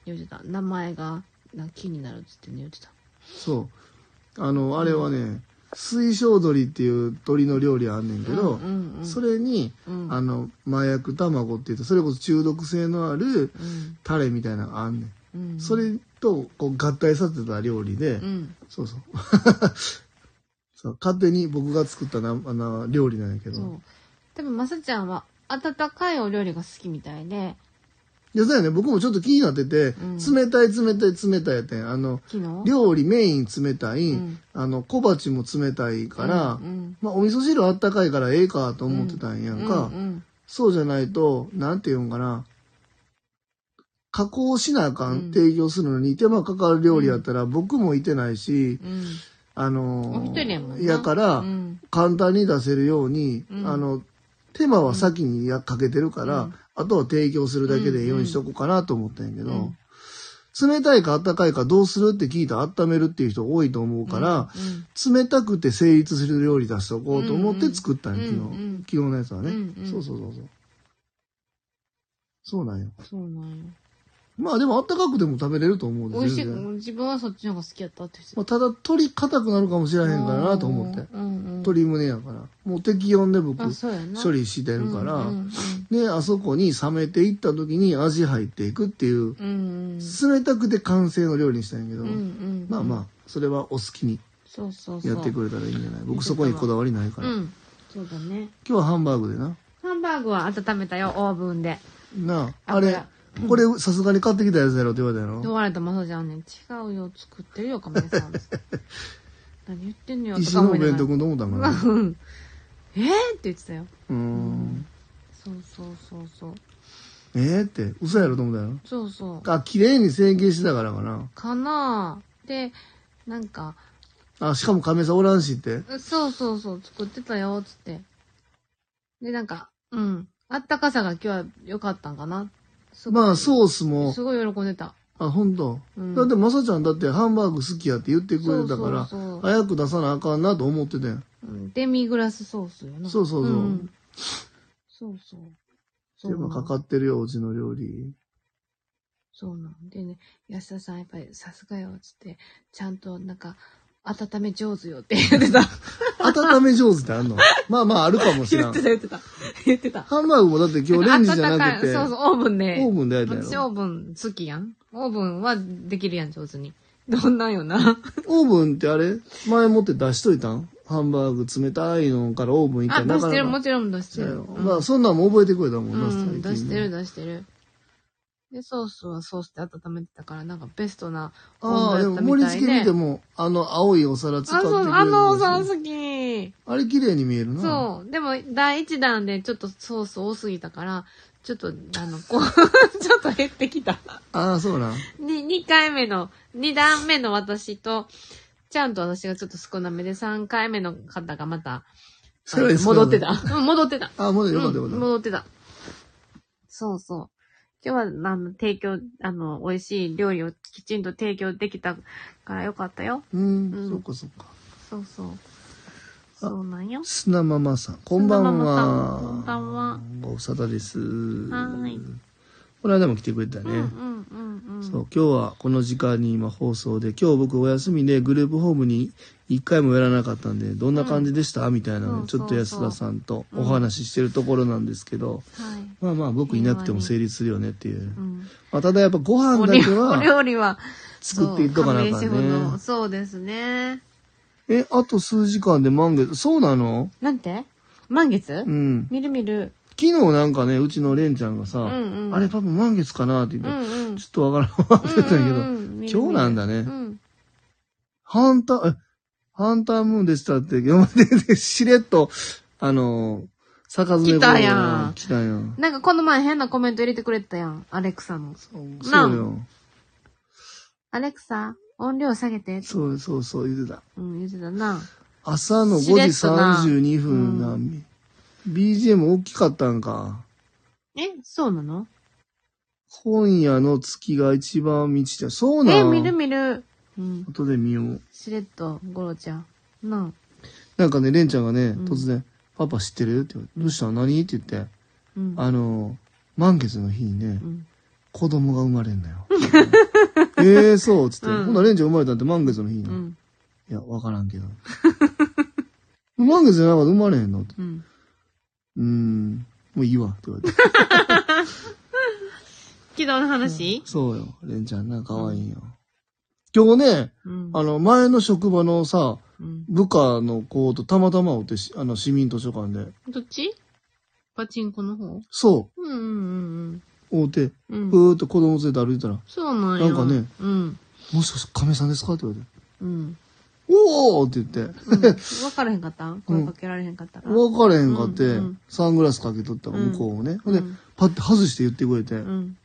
Speaker 3: 言ってた名前がな気になるっつってね言ってた
Speaker 2: そう。あの、あれはね、水晶鳥っていう鳥の料理あんねんけど
Speaker 3: うん、うんうん
Speaker 2: それに、
Speaker 3: うん
Speaker 2: あの、麻薬卵って言って、それこそ中毒性のある
Speaker 3: うん
Speaker 2: タレみたいなのがあんねん。
Speaker 3: うん
Speaker 2: それと、こう、合体させた料理で、
Speaker 3: うん
Speaker 2: そう そう。そう勝手に僕が作ったなあの料理なんやけど。
Speaker 3: そう多分まさちゃんは温かいお料理が好きみたいで
Speaker 2: いや、そうやね。僕もちょっと気になってて、
Speaker 3: うん
Speaker 2: 冷たい冷たい冷たいやってん。あの、
Speaker 3: 昨日
Speaker 2: 料理メイン冷たい、
Speaker 3: うん
Speaker 2: あの、小鉢も冷たいから、
Speaker 3: うん
Speaker 2: まあ、お味噌汁あったかいからええかと思ってたんや
Speaker 3: うん
Speaker 2: んか、
Speaker 3: うんうん
Speaker 2: そうじゃないと、なんて言うんかな。加工しなあかん、
Speaker 3: うん
Speaker 2: 提供するのに手間かかる料理やったら、僕もいてないし、
Speaker 3: うん
Speaker 2: あのー
Speaker 3: お一人やもんな
Speaker 2: やから、
Speaker 3: うん
Speaker 2: 簡単に出せるように、
Speaker 3: うん
Speaker 2: あの、手間は先にやかけてるから、
Speaker 3: うん
Speaker 2: あとは提供するだけでようにしとこうかなと思ったんやけど、
Speaker 3: うん
Speaker 2: 冷たいか温かいかどうするって聞いたら温めるっていう人多いと思うから、
Speaker 3: うん
Speaker 2: 冷たくて成立する料理出しとこうと思って作ったんや、
Speaker 3: うん
Speaker 2: 昨日。
Speaker 3: うん
Speaker 2: 昨日のやつはね、
Speaker 3: うんうん
Speaker 2: そうそうそうそう。そうなんよ。
Speaker 3: そうなん
Speaker 2: まあでも温かくても食べれると思う
Speaker 3: や
Speaker 2: で
Speaker 3: 美味しい
Speaker 2: 全然
Speaker 3: 自分はそっちの方が好きやったって言ってた
Speaker 2: まあ、ただ鳥硬くなるかもしれへんからなと思って。
Speaker 3: うんうん、
Speaker 2: 鳥胸やから。もう適温で僕
Speaker 3: あそうやな
Speaker 2: 処理してるから、
Speaker 3: うんうん
Speaker 2: で、あそこに冷めていった時に味入っていくっていう、
Speaker 3: うん
Speaker 2: 冷たくて完成の料理にしたんやけど、
Speaker 3: うんうん
Speaker 2: まあま
Speaker 3: あ
Speaker 2: あ、それはお好きに
Speaker 3: そうそうそう
Speaker 2: やってくれたらいいんじゃない僕
Speaker 3: そ
Speaker 2: そうこにこだわりないから。
Speaker 3: う
Speaker 2: 今
Speaker 3: んそうだね
Speaker 2: 日はハンバーグでな。
Speaker 3: ハンバーグは温めたよオーブンで
Speaker 2: なあ、あ
Speaker 3: 油
Speaker 2: れ、これさすがに買ってきたやつやろって言われたや
Speaker 3: ど
Speaker 2: ろ
Speaker 3: うあれともそうじゃんねん違うよ作ってるよ亀井さん何言ってんのよと
Speaker 2: 石
Speaker 3: か思
Speaker 2: の
Speaker 3: いな
Speaker 2: 弁
Speaker 3: が
Speaker 2: 当
Speaker 3: ら
Speaker 2: くんと思ったんかな。
Speaker 3: うん えー、って言ってたよ
Speaker 2: うーん。
Speaker 3: そうそうそうそう
Speaker 2: ええって、嘘やろと思ったや
Speaker 3: そうそう
Speaker 2: ろあ、綺麗に成形してたからかな。
Speaker 3: かなあでなんか
Speaker 2: あ、しかも亀さんおらんしって。
Speaker 3: 「そうそうそう作ってたよ」っつってでなんかうんあったかさが今日は良かったんかなすごい
Speaker 2: まあ、ソースも、
Speaker 3: すごい喜んでた
Speaker 2: あ、本当。
Speaker 3: うん
Speaker 2: だって、まさちゃんだってハンバーグ好きやって言ってくれてたから、
Speaker 3: そうそうそう
Speaker 2: 早く出さなあかんなと思ってたやん。
Speaker 3: うんデミグラスソースよな
Speaker 2: そうそうそうん
Speaker 3: そうそうそ
Speaker 2: 手間かかってるよ、うちの料理。
Speaker 3: そうなんでね安田さんやっぱりさすがよっつってちゃんとなんか温め上手よって言ってた
Speaker 2: 温め上手ってあん のまあまあ、あるかもしれ
Speaker 3: 言
Speaker 2: ん
Speaker 3: って。た言ってた言ってた
Speaker 2: ハンバーグもだって今日レンジじゃなくて、
Speaker 3: 温かいそうそうオーブンで
Speaker 2: オーブンで焼いた
Speaker 3: 私
Speaker 2: や
Speaker 3: オ
Speaker 2: ろ。
Speaker 3: ーブン好きやん。オーブンはできるやん、上手に。どんなんよな。
Speaker 2: オーブンってあれ前もって出しといたんハンバーグ冷たいのからオーブン行っ
Speaker 3: あ、
Speaker 2: た
Speaker 3: 出
Speaker 2: らなか
Speaker 3: してる、
Speaker 2: な
Speaker 3: も
Speaker 2: か。
Speaker 3: ちろん出して
Speaker 2: そうや
Speaker 3: る。
Speaker 2: ろ
Speaker 3: うん
Speaker 2: まあ、そんなんも覚えてくれたもんな、
Speaker 3: う
Speaker 2: 最
Speaker 3: ん、出し
Speaker 2: 近
Speaker 3: てる、
Speaker 2: ね。
Speaker 3: 出してる。で、ソースはソースで温めてたから、なんかベストな
Speaker 2: ああ、で
Speaker 3: 温
Speaker 2: も盛
Speaker 3: 度
Speaker 2: り
Speaker 3: やったみたいで
Speaker 2: 付け見ても、あの青いお皿使
Speaker 3: あ、
Speaker 2: ってく
Speaker 3: そ
Speaker 2: れる
Speaker 3: う、あのお皿
Speaker 2: し
Speaker 3: 好き。
Speaker 2: あれ綺麗に見えるな。
Speaker 3: そう。でも、第1弾でちょっとソース多すぎたから、ちょっと、あの、こう、 ちょっと減ってきた。
Speaker 2: ああ、そうなん。
Speaker 3: に、2回目の、2段目の私と、ちゃんと私がちょっと少なめで、3回目の方がまた、
Speaker 2: それはそうな
Speaker 3: 戻
Speaker 2: の
Speaker 3: って た。うん戻ってた。
Speaker 2: あ、もうよかったよかった。
Speaker 3: うん戻ってた。そうそう。今日は、あの、提供、あの、美味しい料理をきちんと提供できたからよかったよ。
Speaker 2: うん、
Speaker 3: うん
Speaker 2: そっかそっか。
Speaker 3: そうそう。そうなんよ。
Speaker 2: 砂ママさん、こんばん
Speaker 3: 砂
Speaker 2: は。
Speaker 3: ママさんこんばんは。
Speaker 2: ご無沙汰です。
Speaker 3: はーい。
Speaker 2: この間も来てくれたね。
Speaker 3: うんうんうんうん。
Speaker 2: そう今日はこの時間に今放送で今日僕お休みでグループホームに一回もやらなかったんでどんな感じでした、みたいなのをち
Speaker 3: そ
Speaker 2: ょ
Speaker 3: うそ
Speaker 2: っと
Speaker 3: うそう
Speaker 2: 安田さんとお話ししてるところなんですけど、
Speaker 3: はい。
Speaker 2: まあまあ僕いなくても成立するよねっていう、
Speaker 3: うん。
Speaker 2: まあ、ただやっぱご
Speaker 3: お
Speaker 2: 飯だ
Speaker 3: 料
Speaker 2: け
Speaker 3: お
Speaker 2: は
Speaker 3: 料理は、
Speaker 2: 作っていっとかなあかんね
Speaker 3: そう勘弁してほどそうですね。
Speaker 2: えあと数時間で満月そうなの
Speaker 3: なんて満月、
Speaker 2: うん
Speaker 3: みるみる。
Speaker 2: 昨日なんかねうちのレンちゃんがさ、
Speaker 3: うんうん
Speaker 2: あれパパ満月かなって言っ
Speaker 3: うん
Speaker 2: て、
Speaker 3: うん。
Speaker 2: ちょっとわからんって言ってたけど、
Speaker 3: うんうんうん 見る
Speaker 2: 今日なんだね、
Speaker 3: うん。
Speaker 2: ハンター、え、ハンタームーンでしたって、読まれて、しれっと、あのー、坂詰め
Speaker 3: 来たやん
Speaker 2: 来たやん。
Speaker 3: なんかこの前変なコメント入れてくれてたやん。アレクサの。
Speaker 2: そうよ。
Speaker 3: アレクサ、音量下げて。
Speaker 2: そうそうそう、言ってた。
Speaker 3: うん、言ってたな。
Speaker 2: 朝の5時
Speaker 3: しれっとな
Speaker 2: 32分な、
Speaker 3: う
Speaker 2: BGM 大きかったんか。
Speaker 3: え、そうなの
Speaker 2: 今夜の月が一番満ちて、そうな
Speaker 3: え、
Speaker 2: ん
Speaker 3: 見る見る。うん。
Speaker 2: 後で見よう。
Speaker 3: しれっと、ゴロちゃん。な
Speaker 2: なんかね、レンちゃんがね、
Speaker 3: ん
Speaker 2: 突然、パパ知ってるって言われて、どうしたの何って言って、
Speaker 3: あ。うん。
Speaker 2: あのー、満月の日にね、
Speaker 3: うん。
Speaker 2: 子供が生まれんだ よ。ええそう、つって。
Speaker 3: うん
Speaker 2: ほんならレンちゃん生まれたんって満月の日に。
Speaker 3: う
Speaker 2: い
Speaker 3: ん。
Speaker 2: や、わからんけど。 満月じゃなかったら生まれへんのって
Speaker 3: うん。
Speaker 2: うーん、もういいわ、って言われ て。
Speaker 3: 昨日の話
Speaker 2: そうよ、レンちゃんな、可愛いよ。今日ね、
Speaker 3: うん。
Speaker 2: あの、前の職場のさ、
Speaker 3: うん。
Speaker 2: 部下の子とたまたまおってし、あの、市民図書館で、
Speaker 3: どっちパチンコの方
Speaker 2: そ
Speaker 3: うんうん
Speaker 2: う、おうて、
Speaker 3: うんうん。うん。
Speaker 2: ふーって子供連れて歩いてたら、
Speaker 3: そうなんや。
Speaker 2: なんかね。
Speaker 3: うん。
Speaker 2: もしかして亀さんですかって言われて、
Speaker 3: うん。
Speaker 2: おーって言って、
Speaker 3: う ん、分からへんかった声かけられへんかったから。
Speaker 2: 分かれへんかって、
Speaker 3: うんうん
Speaker 2: サングラスかけとったら向こうもね。ほんで
Speaker 3: うん、
Speaker 2: パッて外して言ってくれて、
Speaker 3: うん。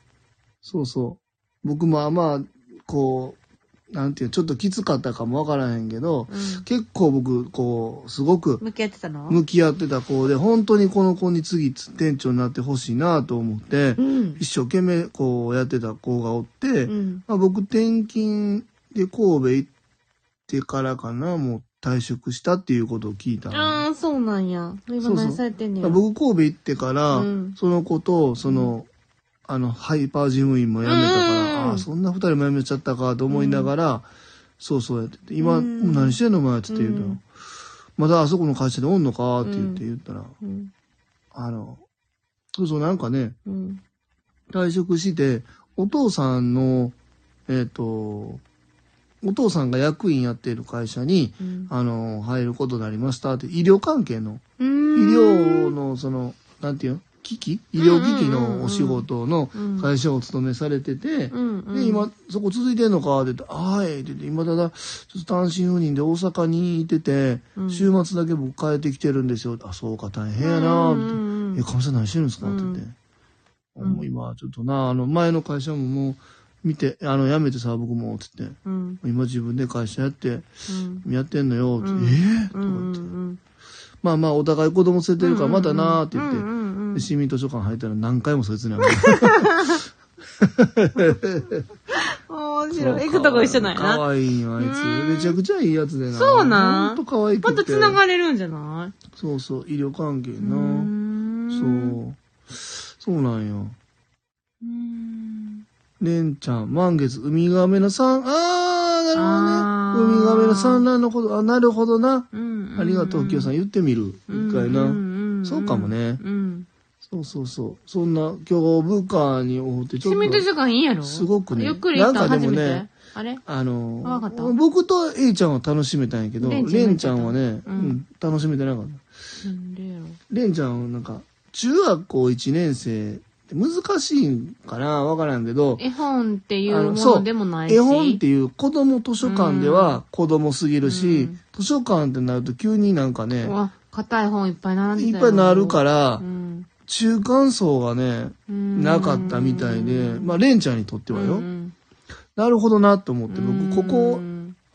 Speaker 2: そうそう。僕まあまあ、こう、なんていうの、ちょっときつかったかも分からへんけど、
Speaker 3: うん。
Speaker 2: 結構僕、こう、すごく
Speaker 3: 向き合ってたの
Speaker 2: 向き合ってた子で、本当にこの子に次店長になってほしいなと思って
Speaker 3: う、ん。
Speaker 2: 一生懸命こうやってた子がおって、
Speaker 3: うん。
Speaker 2: まあ、僕転勤で神戸行ってからかな、もう退職したっていうことを聞いたのね。
Speaker 3: ああ、そうなんや。今何されてんねや。
Speaker 2: 僕神戸行ってから、
Speaker 3: うん
Speaker 2: その子とその、あのハイパージム員も辞めたから、
Speaker 3: うん
Speaker 2: ああそんな二人も辞めちゃったかと思いながら、そうそうやってて今、
Speaker 3: うん
Speaker 2: 何してんのお前って言うの、
Speaker 3: うん
Speaker 2: まだあそこの会社でおんのかって言って
Speaker 3: う
Speaker 2: 言ったら、
Speaker 3: うん。
Speaker 2: あのそうそうなんかね
Speaker 3: うん。
Speaker 2: 退職してお父さんのえっ、とお父さんが役員やっている会社に
Speaker 3: うん。
Speaker 2: あの入ることになりましたって医療関係の
Speaker 3: 医
Speaker 2: 医療のその、なんていうの機器医療機器のお仕事の
Speaker 3: うん
Speaker 2: 会社をお勤めされてて、
Speaker 3: うんうん。
Speaker 2: で、今、そこ続いてんのかって言って、あーいって言って、今ただ、ちょっと単身赴任で大阪にいてて、
Speaker 3: うん
Speaker 2: 週末だけ僕帰ってきてるんですよ。あ、そうか、大変やな
Speaker 3: うん
Speaker 2: ーって。
Speaker 3: うんうん
Speaker 2: え、かみさん何してるんですかって言って。
Speaker 3: ん
Speaker 2: もう今、ちょっとな、あの、前の会社ももう、見て、あの、辞めてさ、僕も、つって。
Speaker 3: うん。
Speaker 2: 今自分で会社やって、
Speaker 3: うん。
Speaker 2: やってんのよ、って。
Speaker 3: うん
Speaker 2: えー、
Speaker 3: うんうん。
Speaker 2: まあまあ、お互い子供連れてるから、またなーって
Speaker 3: う
Speaker 2: 言っ
Speaker 3: んう
Speaker 2: て。
Speaker 3: んうん
Speaker 2: で。市民図書館入ったら何回もそいつに会う。
Speaker 3: 面白い。行くとこ一緒なんや
Speaker 2: か
Speaker 3: な。
Speaker 2: わいいよ、あいつ。
Speaker 3: うん
Speaker 2: めちゃくちゃいいやつでな。
Speaker 3: そうなん
Speaker 2: ほんとかわいく
Speaker 3: ま
Speaker 2: て。
Speaker 3: た繋がれるんじゃな
Speaker 2: そうそう、医療関係
Speaker 3: い
Speaker 2: な。そう。そうなんよ。
Speaker 3: うん。
Speaker 2: レンちゃん、満月、ウミガメの産、あー、なるほどね。ウミ
Speaker 3: あー
Speaker 2: ガメの産卵のこと、あ、なるほどな。
Speaker 3: うんうん。
Speaker 2: ありがとう、きよさん。言ってみる。一回
Speaker 3: うん
Speaker 2: な。
Speaker 3: んんん
Speaker 2: そうかもね
Speaker 3: うん。
Speaker 2: そうそうそう。そんな、今日、部下におって、ちょ
Speaker 3: シ
Speaker 2: っ
Speaker 3: ミント
Speaker 2: と、
Speaker 3: 時間いいやろ
Speaker 2: すごくね
Speaker 3: ゆっくり行った
Speaker 2: なんかで
Speaker 3: 初
Speaker 2: も
Speaker 3: め
Speaker 2: ね
Speaker 3: て。あれ
Speaker 2: あの
Speaker 3: あわかった
Speaker 2: ー、僕と A ちゃんは楽しめたんやけど、
Speaker 3: レンちゃん
Speaker 2: レンちゃんはね、う
Speaker 3: うん
Speaker 2: ん、楽しめてなかった。
Speaker 3: なんでやろ
Speaker 2: レンちゃんはなんか、中学校1年生って難しいんかなわからんけど、
Speaker 3: 絵本ってい
Speaker 2: あ
Speaker 3: う
Speaker 2: の
Speaker 3: も
Speaker 2: そ
Speaker 3: の
Speaker 2: う
Speaker 3: でもないし。
Speaker 2: 絵本っていう子供図書館では子供すぎるし、
Speaker 3: うん
Speaker 2: 図書館ってなると急になんかね
Speaker 3: う、わ、硬い本いっぱい並んで
Speaker 2: い
Speaker 3: た。
Speaker 2: っぱいなるからら
Speaker 3: う、ん。
Speaker 2: 中間層がね、
Speaker 3: うん
Speaker 2: なかったみたいで、まあ、レンちゃんにとっては
Speaker 3: う
Speaker 2: よ、
Speaker 3: ん
Speaker 2: なるほどなと思って、
Speaker 3: うん
Speaker 2: 僕、ここ、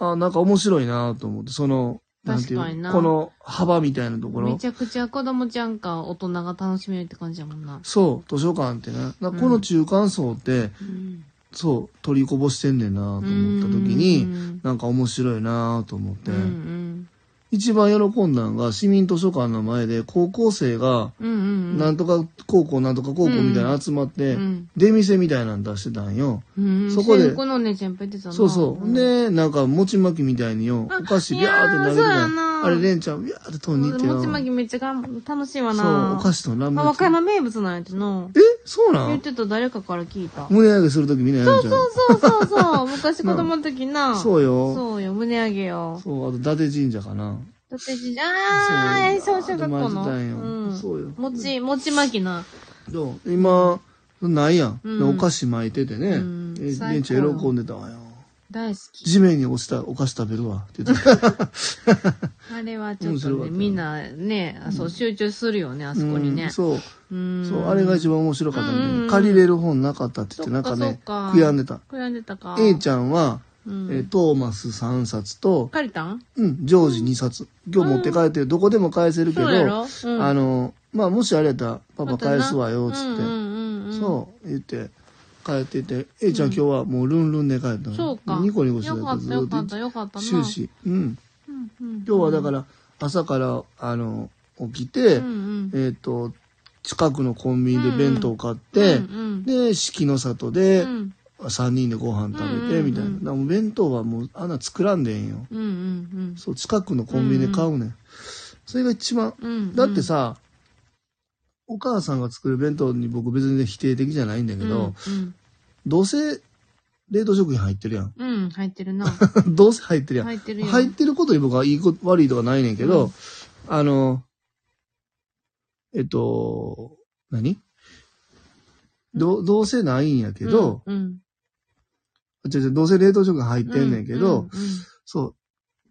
Speaker 2: あ、なんか面白いなと思って、その、なんてい
Speaker 3: 確かに
Speaker 2: う、
Speaker 3: な
Speaker 2: この幅みたいなところ
Speaker 3: め。ちゃくちゃ子供ちゃんか大人が楽しめるって感じやもんな。
Speaker 2: そう、図書館ってね。だからこの中間層って、
Speaker 3: うん
Speaker 2: そう、取りこぼしてんねんなと思った時
Speaker 3: う
Speaker 2: に、
Speaker 3: ん
Speaker 2: なんか面白いなと思って、
Speaker 3: うん
Speaker 2: 一番喜んだんが、市民図書館の前で、高校生が、
Speaker 3: うんうんうん。
Speaker 2: なんとか高校、なんとか高校みたいなの集まって、
Speaker 3: うん
Speaker 2: 出店みたいなの出してたんよ。
Speaker 3: うん。
Speaker 2: そこで
Speaker 3: このお姉ちゃんいっぱい出てたな
Speaker 2: そうそう。、で、なんか、餅巻きみたいによ、
Speaker 3: あ
Speaker 2: お菓子
Speaker 3: い
Speaker 2: ビャー
Speaker 3: やー
Speaker 2: って投げて
Speaker 3: そうや
Speaker 2: た
Speaker 3: な
Speaker 2: あれ、レンちゃんビャーって取りに行ってよ。
Speaker 3: もちまきめっちゃが楽しいわ
Speaker 2: そ
Speaker 3: な。
Speaker 2: う、お菓子とラム
Speaker 3: あ、
Speaker 2: ネ
Speaker 3: 和歌
Speaker 2: と。
Speaker 3: 山名物なんやてな。
Speaker 2: えそうな
Speaker 3: 言っ
Speaker 2: ん
Speaker 3: てた誰かから聞いた。
Speaker 2: 胸上げするときみんなやるじゃん。
Speaker 3: そうそうそう。昔子供の時な。
Speaker 2: そううよ。
Speaker 3: そうよ、胸上げよ。
Speaker 2: そう、あと、伊達神社かな。
Speaker 3: だってじ、あー、
Speaker 2: そう
Speaker 3: 小学校の。
Speaker 2: あれ巻いてたんよ
Speaker 3: うん。
Speaker 2: そうよ
Speaker 3: もち、もち巻きな。
Speaker 2: どう今、ないやん。
Speaker 3: うん
Speaker 2: お菓子巻いててね。え
Speaker 3: うん
Speaker 2: レンちゃん喜んでたわよ。
Speaker 3: 大好き。
Speaker 2: 地面に落ちたお菓子食べるわって言ってた。
Speaker 3: あれはちょ
Speaker 2: 面
Speaker 3: っと
Speaker 2: 白かっ
Speaker 3: ね、
Speaker 2: た
Speaker 3: みんなね、そう、集中するよね、あそこに
Speaker 2: うん
Speaker 3: ね。
Speaker 2: そう。
Speaker 3: うん。
Speaker 2: そう、あれが一番面白かったんだ
Speaker 3: うん
Speaker 2: よ
Speaker 3: うんう
Speaker 2: ね。
Speaker 3: ん
Speaker 2: 借りれる本なかったって言って、なんか
Speaker 3: そっ
Speaker 2: ね、
Speaker 3: かそっか
Speaker 2: 悔やんでた。
Speaker 3: 悔やんでたか。
Speaker 2: A ちゃんは、
Speaker 3: うん
Speaker 2: えートーマス3冊と、
Speaker 3: 借りたん
Speaker 2: うん、ジョージ2冊。今日持って帰ってる、どこでも返せるけど、
Speaker 3: そうやろうん
Speaker 2: あの、まあ、もしあれやったら、パパ返すわよ、つ
Speaker 3: うん
Speaker 2: っ
Speaker 3: う
Speaker 2: て、
Speaker 3: んうんうん。
Speaker 2: そう、言って、帰ってて、A ちゃん今日はもうルンルンで帰ったの。
Speaker 3: そうか。
Speaker 2: ニコニコしてた
Speaker 3: よかった、よかった、よかったな。
Speaker 2: 終始。うん。
Speaker 3: うんうん。
Speaker 2: 今日はだから、朝から、あの、起きて、
Speaker 3: うんうん。
Speaker 2: えっ、と、近くのコンビニで弁当買って、
Speaker 3: うんうん
Speaker 2: で、四季の里で
Speaker 3: う、ん
Speaker 2: 3人でご飯食べて、みたいな。
Speaker 3: うんうんう
Speaker 2: だ
Speaker 3: ん
Speaker 2: からもう弁当はもう、あんな作らんでええんよ。
Speaker 3: うんうん
Speaker 2: そう、近くのコンビニで買うねん。それが一番、
Speaker 3: うんうん。
Speaker 2: だってさ、お母さんが作る弁当に僕別に否定的じゃないんだけ
Speaker 3: うん、
Speaker 2: ど、
Speaker 3: うん
Speaker 2: どうせ冷凍食品入ってるや ん。
Speaker 3: うん、入っ てるな。
Speaker 2: どうせ入ってるやん。
Speaker 3: 入ってるよ。
Speaker 2: 入ってることに僕はいいこと、悪いとかないねんけど、
Speaker 3: うん
Speaker 2: あの、えっと、何ど、どうせないんやけど、
Speaker 3: うん、
Speaker 2: 違う違うどうせ冷凍食品入っ
Speaker 3: うん。
Speaker 2: てんねんけど、
Speaker 3: うん、う
Speaker 2: そ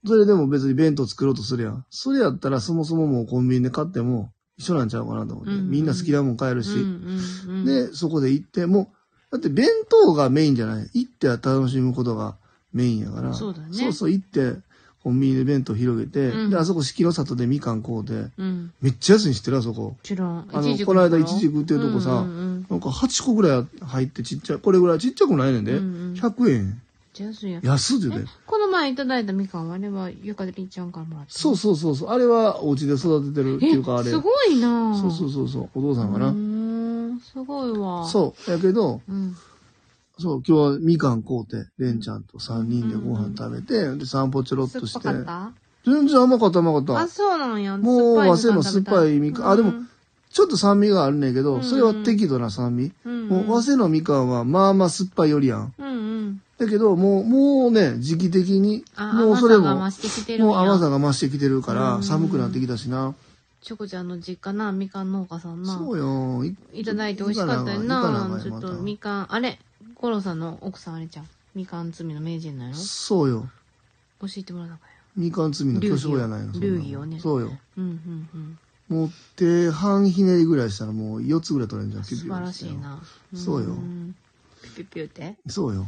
Speaker 2: う。それでも別に弁当作ろうとするやん。それやったらそもそももうコンビニで買っても一緒なんちゃうかなと思って。
Speaker 3: うんうん
Speaker 2: みんな好きなもん買えるし。
Speaker 3: んうんうん。
Speaker 2: で、そこで行っても、だって弁当がメインじゃない。行っては楽しむことがメインやから。
Speaker 3: そうだね
Speaker 2: そうそう、行ってコンビニで弁当広げて、
Speaker 3: うん
Speaker 2: で、あそこ四季の里でみかん買うて、
Speaker 3: うん、
Speaker 2: めっちゃ安いにしてるあそこ。
Speaker 3: 知らん。
Speaker 2: あの
Speaker 3: イチジク
Speaker 2: この間
Speaker 3: とこ
Speaker 2: イチジクっていうとこさ
Speaker 3: うんうん
Speaker 2: なんか8個ぐらい入ってちっちゃい。これぐらいちっちゃくないねん
Speaker 3: う
Speaker 2: で。
Speaker 3: ん、うんうん。
Speaker 2: 100円。
Speaker 3: じゃ安いやん。
Speaker 2: 安いで
Speaker 3: え
Speaker 2: ね。
Speaker 3: この前いただいたみかんはあれはゆかりちゃんからもらった。
Speaker 2: そうそうそうそう。あれはお家で育ててるっていうかあ
Speaker 3: え、
Speaker 2: れ。
Speaker 3: すごいな
Speaker 2: そうそう
Speaker 3: う
Speaker 2: そうそう、お父さんか
Speaker 3: う
Speaker 2: な。
Speaker 3: ーん、すごいわ。
Speaker 2: そう、やけど、
Speaker 3: う。うん。
Speaker 2: そう、今日はみかん買うて、レンちゃんと3人でご飯食べて、で、散歩ちょろっ
Speaker 3: 酸
Speaker 2: と
Speaker 3: っ
Speaker 2: し
Speaker 3: ぱ
Speaker 2: て
Speaker 3: か。った
Speaker 2: 全然甘かった甘か
Speaker 3: あ、
Speaker 2: った。
Speaker 3: そうなんや。
Speaker 2: もう
Speaker 3: 酸っぱいみか
Speaker 2: 早稲
Speaker 3: ん食べた
Speaker 2: の酸っぱいみかんあでも
Speaker 3: うん
Speaker 2: ちょっと酸味があるねんけ
Speaker 3: うんう
Speaker 2: ど、
Speaker 3: ん
Speaker 2: それは適度な酸味。
Speaker 3: うん、
Speaker 2: もう、早稲のみかんは、まあまあ酸っぱいよりやん。
Speaker 3: うんうん。
Speaker 2: だけど、もう、もうね、時期的に、
Speaker 3: あ
Speaker 2: もうそれ
Speaker 3: 甘さが
Speaker 2: も
Speaker 3: 増、してきてるんや
Speaker 2: もう甘さが増してきてるか
Speaker 3: う
Speaker 2: ら、
Speaker 3: ん
Speaker 2: 寒くなってきたしな。
Speaker 3: チョコちゃんの実家な、みかん農家さんな。
Speaker 2: そうよ。い
Speaker 3: いただいて美味しかったよ
Speaker 2: いかなあかん
Speaker 3: な。
Speaker 2: よ
Speaker 3: ちょっ
Speaker 2: ま
Speaker 3: と
Speaker 2: た
Speaker 3: みかん、あれゴロさんの奥さんあれちゃん。みかん摘みの名人なんやろ
Speaker 2: そうよ。
Speaker 3: 教えてもらったかよ。
Speaker 2: みかん摘みの巨匠やないの。そんなの
Speaker 3: 流儀をね
Speaker 2: そうよ。
Speaker 3: うんうんうん。
Speaker 2: もう手半ひねりぐらいしたらもう4つぐらい取れるんじゃん。
Speaker 3: 素晴らしいな。
Speaker 2: そうよ
Speaker 3: ん。ピュピュピュって。
Speaker 2: そうよ。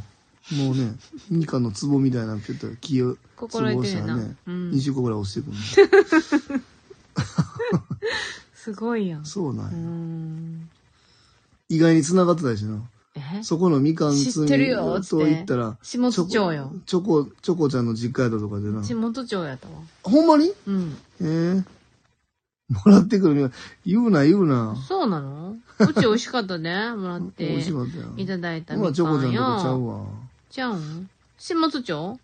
Speaker 2: もうね、ミカの壺みたいなのピュッと木を、
Speaker 3: 心得てるな
Speaker 2: 壺をした
Speaker 3: う
Speaker 2: ら
Speaker 3: ん
Speaker 2: ね、20個ぐらい落ちてくるの。
Speaker 3: すごいやん。う
Speaker 2: そうなん
Speaker 3: ー
Speaker 2: や
Speaker 3: ん。
Speaker 2: 意外に繋がってたりしな。
Speaker 3: え
Speaker 2: そこのみかん摘
Speaker 3: 知ってるよっ
Speaker 2: み
Speaker 3: つって
Speaker 2: と言ったら、
Speaker 3: 下津町よ。
Speaker 2: チョコ、チョコちゃんの実家やったとかでな。
Speaker 3: 下津町やったわ。
Speaker 2: ほんまに
Speaker 3: うん。
Speaker 2: ええもらってくるみたい。言うな言うな。
Speaker 3: そうなのうち美味しかっ たね。もらっ
Speaker 2: 美
Speaker 3: て
Speaker 2: 味し。かったよ。
Speaker 3: いただいたみ
Speaker 2: ほ、
Speaker 3: からん
Speaker 2: チョコちゃんとこちゃ
Speaker 3: や
Speaker 2: う。わ。
Speaker 3: ちゃうん下津町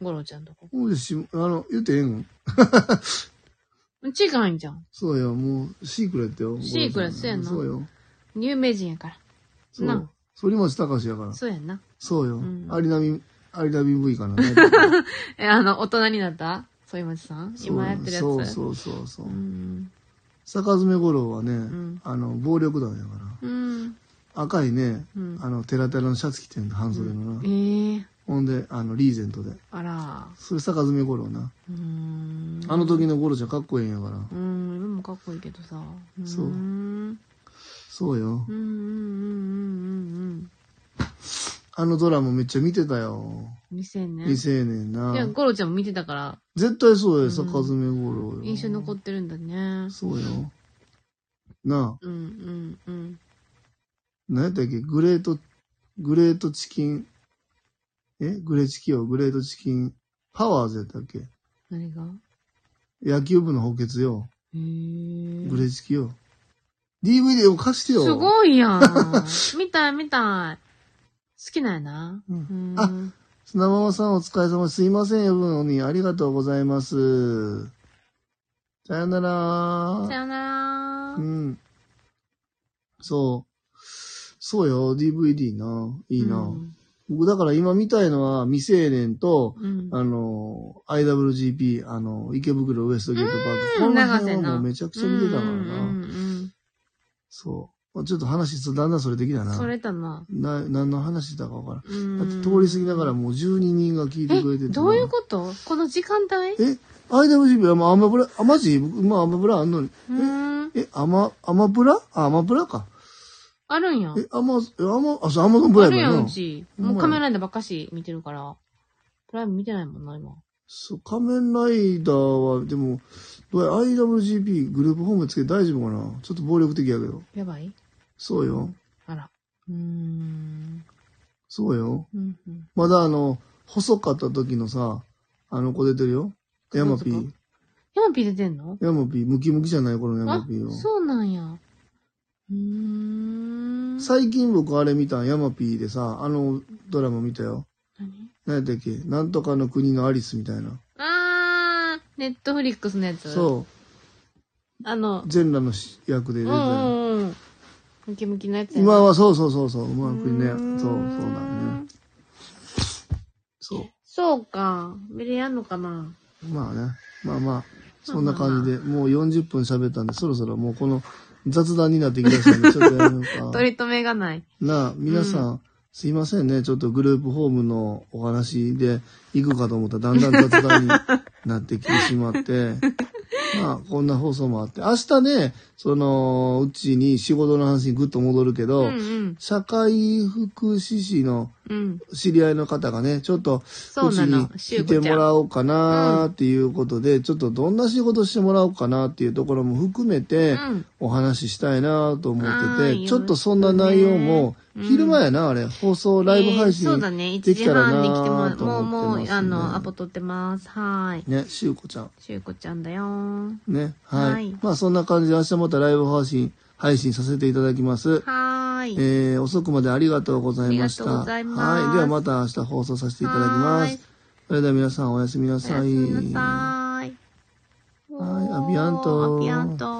Speaker 3: ゴロちゃんとこ。
Speaker 2: ほんでし、あの、言ってええん
Speaker 3: 違うんじゃん。
Speaker 2: そうよ、もう、シークレットよ。
Speaker 3: シークレットやな
Speaker 2: そうよ。
Speaker 3: 有名人やから。
Speaker 2: そ
Speaker 3: な
Speaker 2: う。反町隆史やから。
Speaker 3: そうやんな。
Speaker 2: そうよ。
Speaker 3: ん
Speaker 2: アリナミ、アリナミ V か な。
Speaker 3: え、あの、大人になったそういまちさん
Speaker 2: そう
Speaker 3: 今やってるやつ。
Speaker 2: そうそうそうそう
Speaker 3: う。ん。
Speaker 2: 坂詰五郎はね、
Speaker 3: ん
Speaker 2: あの、暴力団やか
Speaker 3: うん。
Speaker 2: ら。赤いね、
Speaker 3: うん
Speaker 2: あの、テラテラのシャツ着てんの、半袖のな。
Speaker 3: えー、
Speaker 2: ほんで、あの、リーゼントで。
Speaker 3: あら。
Speaker 2: それ坂詰五郎な。
Speaker 3: うーん。
Speaker 2: あの時の五郎ちゃんかっこええんやから。
Speaker 3: うん、今もかっこいいけどさ。
Speaker 2: そう
Speaker 3: ーん。
Speaker 2: そうよ
Speaker 3: うんうんうんう。ん
Speaker 2: あのドラマめっちゃ見てたよ。
Speaker 3: うん。未成年。
Speaker 2: 未成年
Speaker 3: い
Speaker 2: な。
Speaker 3: や、ゴロちゃんも見てたから、
Speaker 2: 絶対そうよ、坂詰五郎よ。
Speaker 3: 印象に残ってるんだね。
Speaker 2: そうよ。なあ、
Speaker 3: うんうんうん。
Speaker 2: 何やったっけグレート、グレートチキン、えグレチキよ、グレートチキン、パワーズやったっけ
Speaker 3: 何が
Speaker 2: 野球部の補欠よ。
Speaker 3: へー
Speaker 2: グレチキよ。DVD を貸してよ。
Speaker 3: すごいやん。見たい見たい。好きなんやな。
Speaker 2: う
Speaker 3: うんん
Speaker 2: あ砂ママさんお疲れ様ですいません、呼ぶのにありがとうございます。さよな
Speaker 3: さ
Speaker 2: ら。
Speaker 3: よな
Speaker 2: う
Speaker 3: ら。
Speaker 2: ん。そう。そうよ、DVD な。いいな。
Speaker 3: うん
Speaker 2: 僕だから今見たいのは未成年と、
Speaker 3: うん。
Speaker 2: あの、IWGP、あの、池袋ウエストゲートパーク。
Speaker 3: う
Speaker 2: この辺
Speaker 3: ん長瀬
Speaker 2: はも
Speaker 3: な
Speaker 2: うめちゃくちゃ見てたから
Speaker 3: うんうん
Speaker 2: な。
Speaker 3: うん
Speaker 2: そう。ちょっと話、だんだんそれできた
Speaker 3: うん
Speaker 2: な。
Speaker 3: それだな。
Speaker 2: な、何の話だかわからん。だ
Speaker 3: だ
Speaker 2: って通り過ぎながらもう12人が聞いてくれて
Speaker 3: え、
Speaker 2: て。
Speaker 3: どういうことこの時間帯
Speaker 2: え、アイドル GP はもうアマプラ、あ、マジ僕、まあアマプラあんのに。
Speaker 3: うーん。
Speaker 2: え、アマ、アマプラあ、アマプラか。
Speaker 3: あるんや。
Speaker 2: え、アマ、えアマ、あ、そう、アマゾンプラ
Speaker 3: あ
Speaker 2: イ
Speaker 3: る
Speaker 2: ム
Speaker 3: や
Speaker 2: や
Speaker 3: ん、う
Speaker 2: な。
Speaker 3: ち。
Speaker 2: ほんま
Speaker 3: も
Speaker 2: や
Speaker 3: うカメラでばっかし見てるから。プライム見てないもんな、今。
Speaker 2: そう、仮面ライダーは、でも、どうや、IWGP グループホームつけて大丈夫かなちょっと暴力的やけど。
Speaker 3: やばい
Speaker 2: そうよ。
Speaker 3: あら。うーん。
Speaker 2: そうよ。
Speaker 3: うんうん
Speaker 2: まだあの、細かった時のさ、あの子出てるよ。ヤマピ
Speaker 3: どう
Speaker 2: ー
Speaker 3: ぞ。ヤマピー出てんの
Speaker 2: ヤマピー、ムキムキじゃない頃のヤ
Speaker 3: あ
Speaker 2: マピーよ。、
Speaker 3: そうなんや。うーん。
Speaker 2: 最近僕あれ見たん、ヤマピーでさ、あのドラマ見たよ。
Speaker 3: 何
Speaker 2: 何やったっけなんとかの国のアリスみたいな。
Speaker 3: あー、ネットフリックスのやつ。う。
Speaker 2: そ
Speaker 3: あの
Speaker 2: う。、全裸のし役で出て
Speaker 3: うんう
Speaker 2: たよ。
Speaker 3: んうん。ムキムキのやつやな
Speaker 2: 今はそうそうそうそう、馬の国ね。
Speaker 3: う
Speaker 2: そ
Speaker 3: ーん
Speaker 2: う、そうだね。そ
Speaker 3: そうか。見れやんのかな
Speaker 2: う。まあね。まあまあ、そんな感じで、もう40分喋ったんで、そろそろもうこの雑談になってきましたんで、ちょっとやめようか。
Speaker 3: 取り留めがない。
Speaker 2: なあ、皆さん、すいませんね。ちょっとグループホームのお話で行くかと思ったら、だんだん雑談になってきてしま って。まあ、こんな放送もあって。明日ね、その、うちに仕事の話にぐっと戻るけど、
Speaker 3: うんうん。
Speaker 2: 社会福祉士の
Speaker 3: うん。
Speaker 2: 知り合いの方がね、ちょっと、
Speaker 3: そう
Speaker 2: うち
Speaker 3: な
Speaker 2: に
Speaker 3: の。
Speaker 2: 来てもらおうかなっていうことで、ちょっとどんな仕事してもらおうかなっていうところも含めて、
Speaker 3: うん。
Speaker 2: お話ししたいなと思っ
Speaker 3: あ
Speaker 2: て
Speaker 3: ー
Speaker 2: て、ちょっとそんな内容も、
Speaker 3: うん
Speaker 2: 昼間やな、あれ、放送、ライブ配
Speaker 3: えーそ
Speaker 2: 信
Speaker 3: う。だね。1
Speaker 2: でき
Speaker 3: 時
Speaker 2: たらなー
Speaker 3: 半に来てもらう。
Speaker 2: と
Speaker 3: もう、
Speaker 2: 思っ
Speaker 3: も
Speaker 2: てますね
Speaker 3: う、あの、アポ取ってます。はーい。
Speaker 2: ね、しゅうこちゃん。
Speaker 3: しゅうこちゃんだよー。
Speaker 2: ね、はい。
Speaker 3: はい
Speaker 2: まあそんな感じで明日またライブ配信、配信させていただきます。
Speaker 3: はーい。
Speaker 2: えー、遅くまでありがとうございました。
Speaker 3: ありがとうございます
Speaker 2: はい。ではまた明日放送させていただきま
Speaker 3: はーい
Speaker 2: す。それでは皆さんおやすみな
Speaker 3: おや
Speaker 2: さ
Speaker 3: す
Speaker 2: い。
Speaker 3: みなさーい。
Speaker 2: はいアビアント
Speaker 3: おーアビアント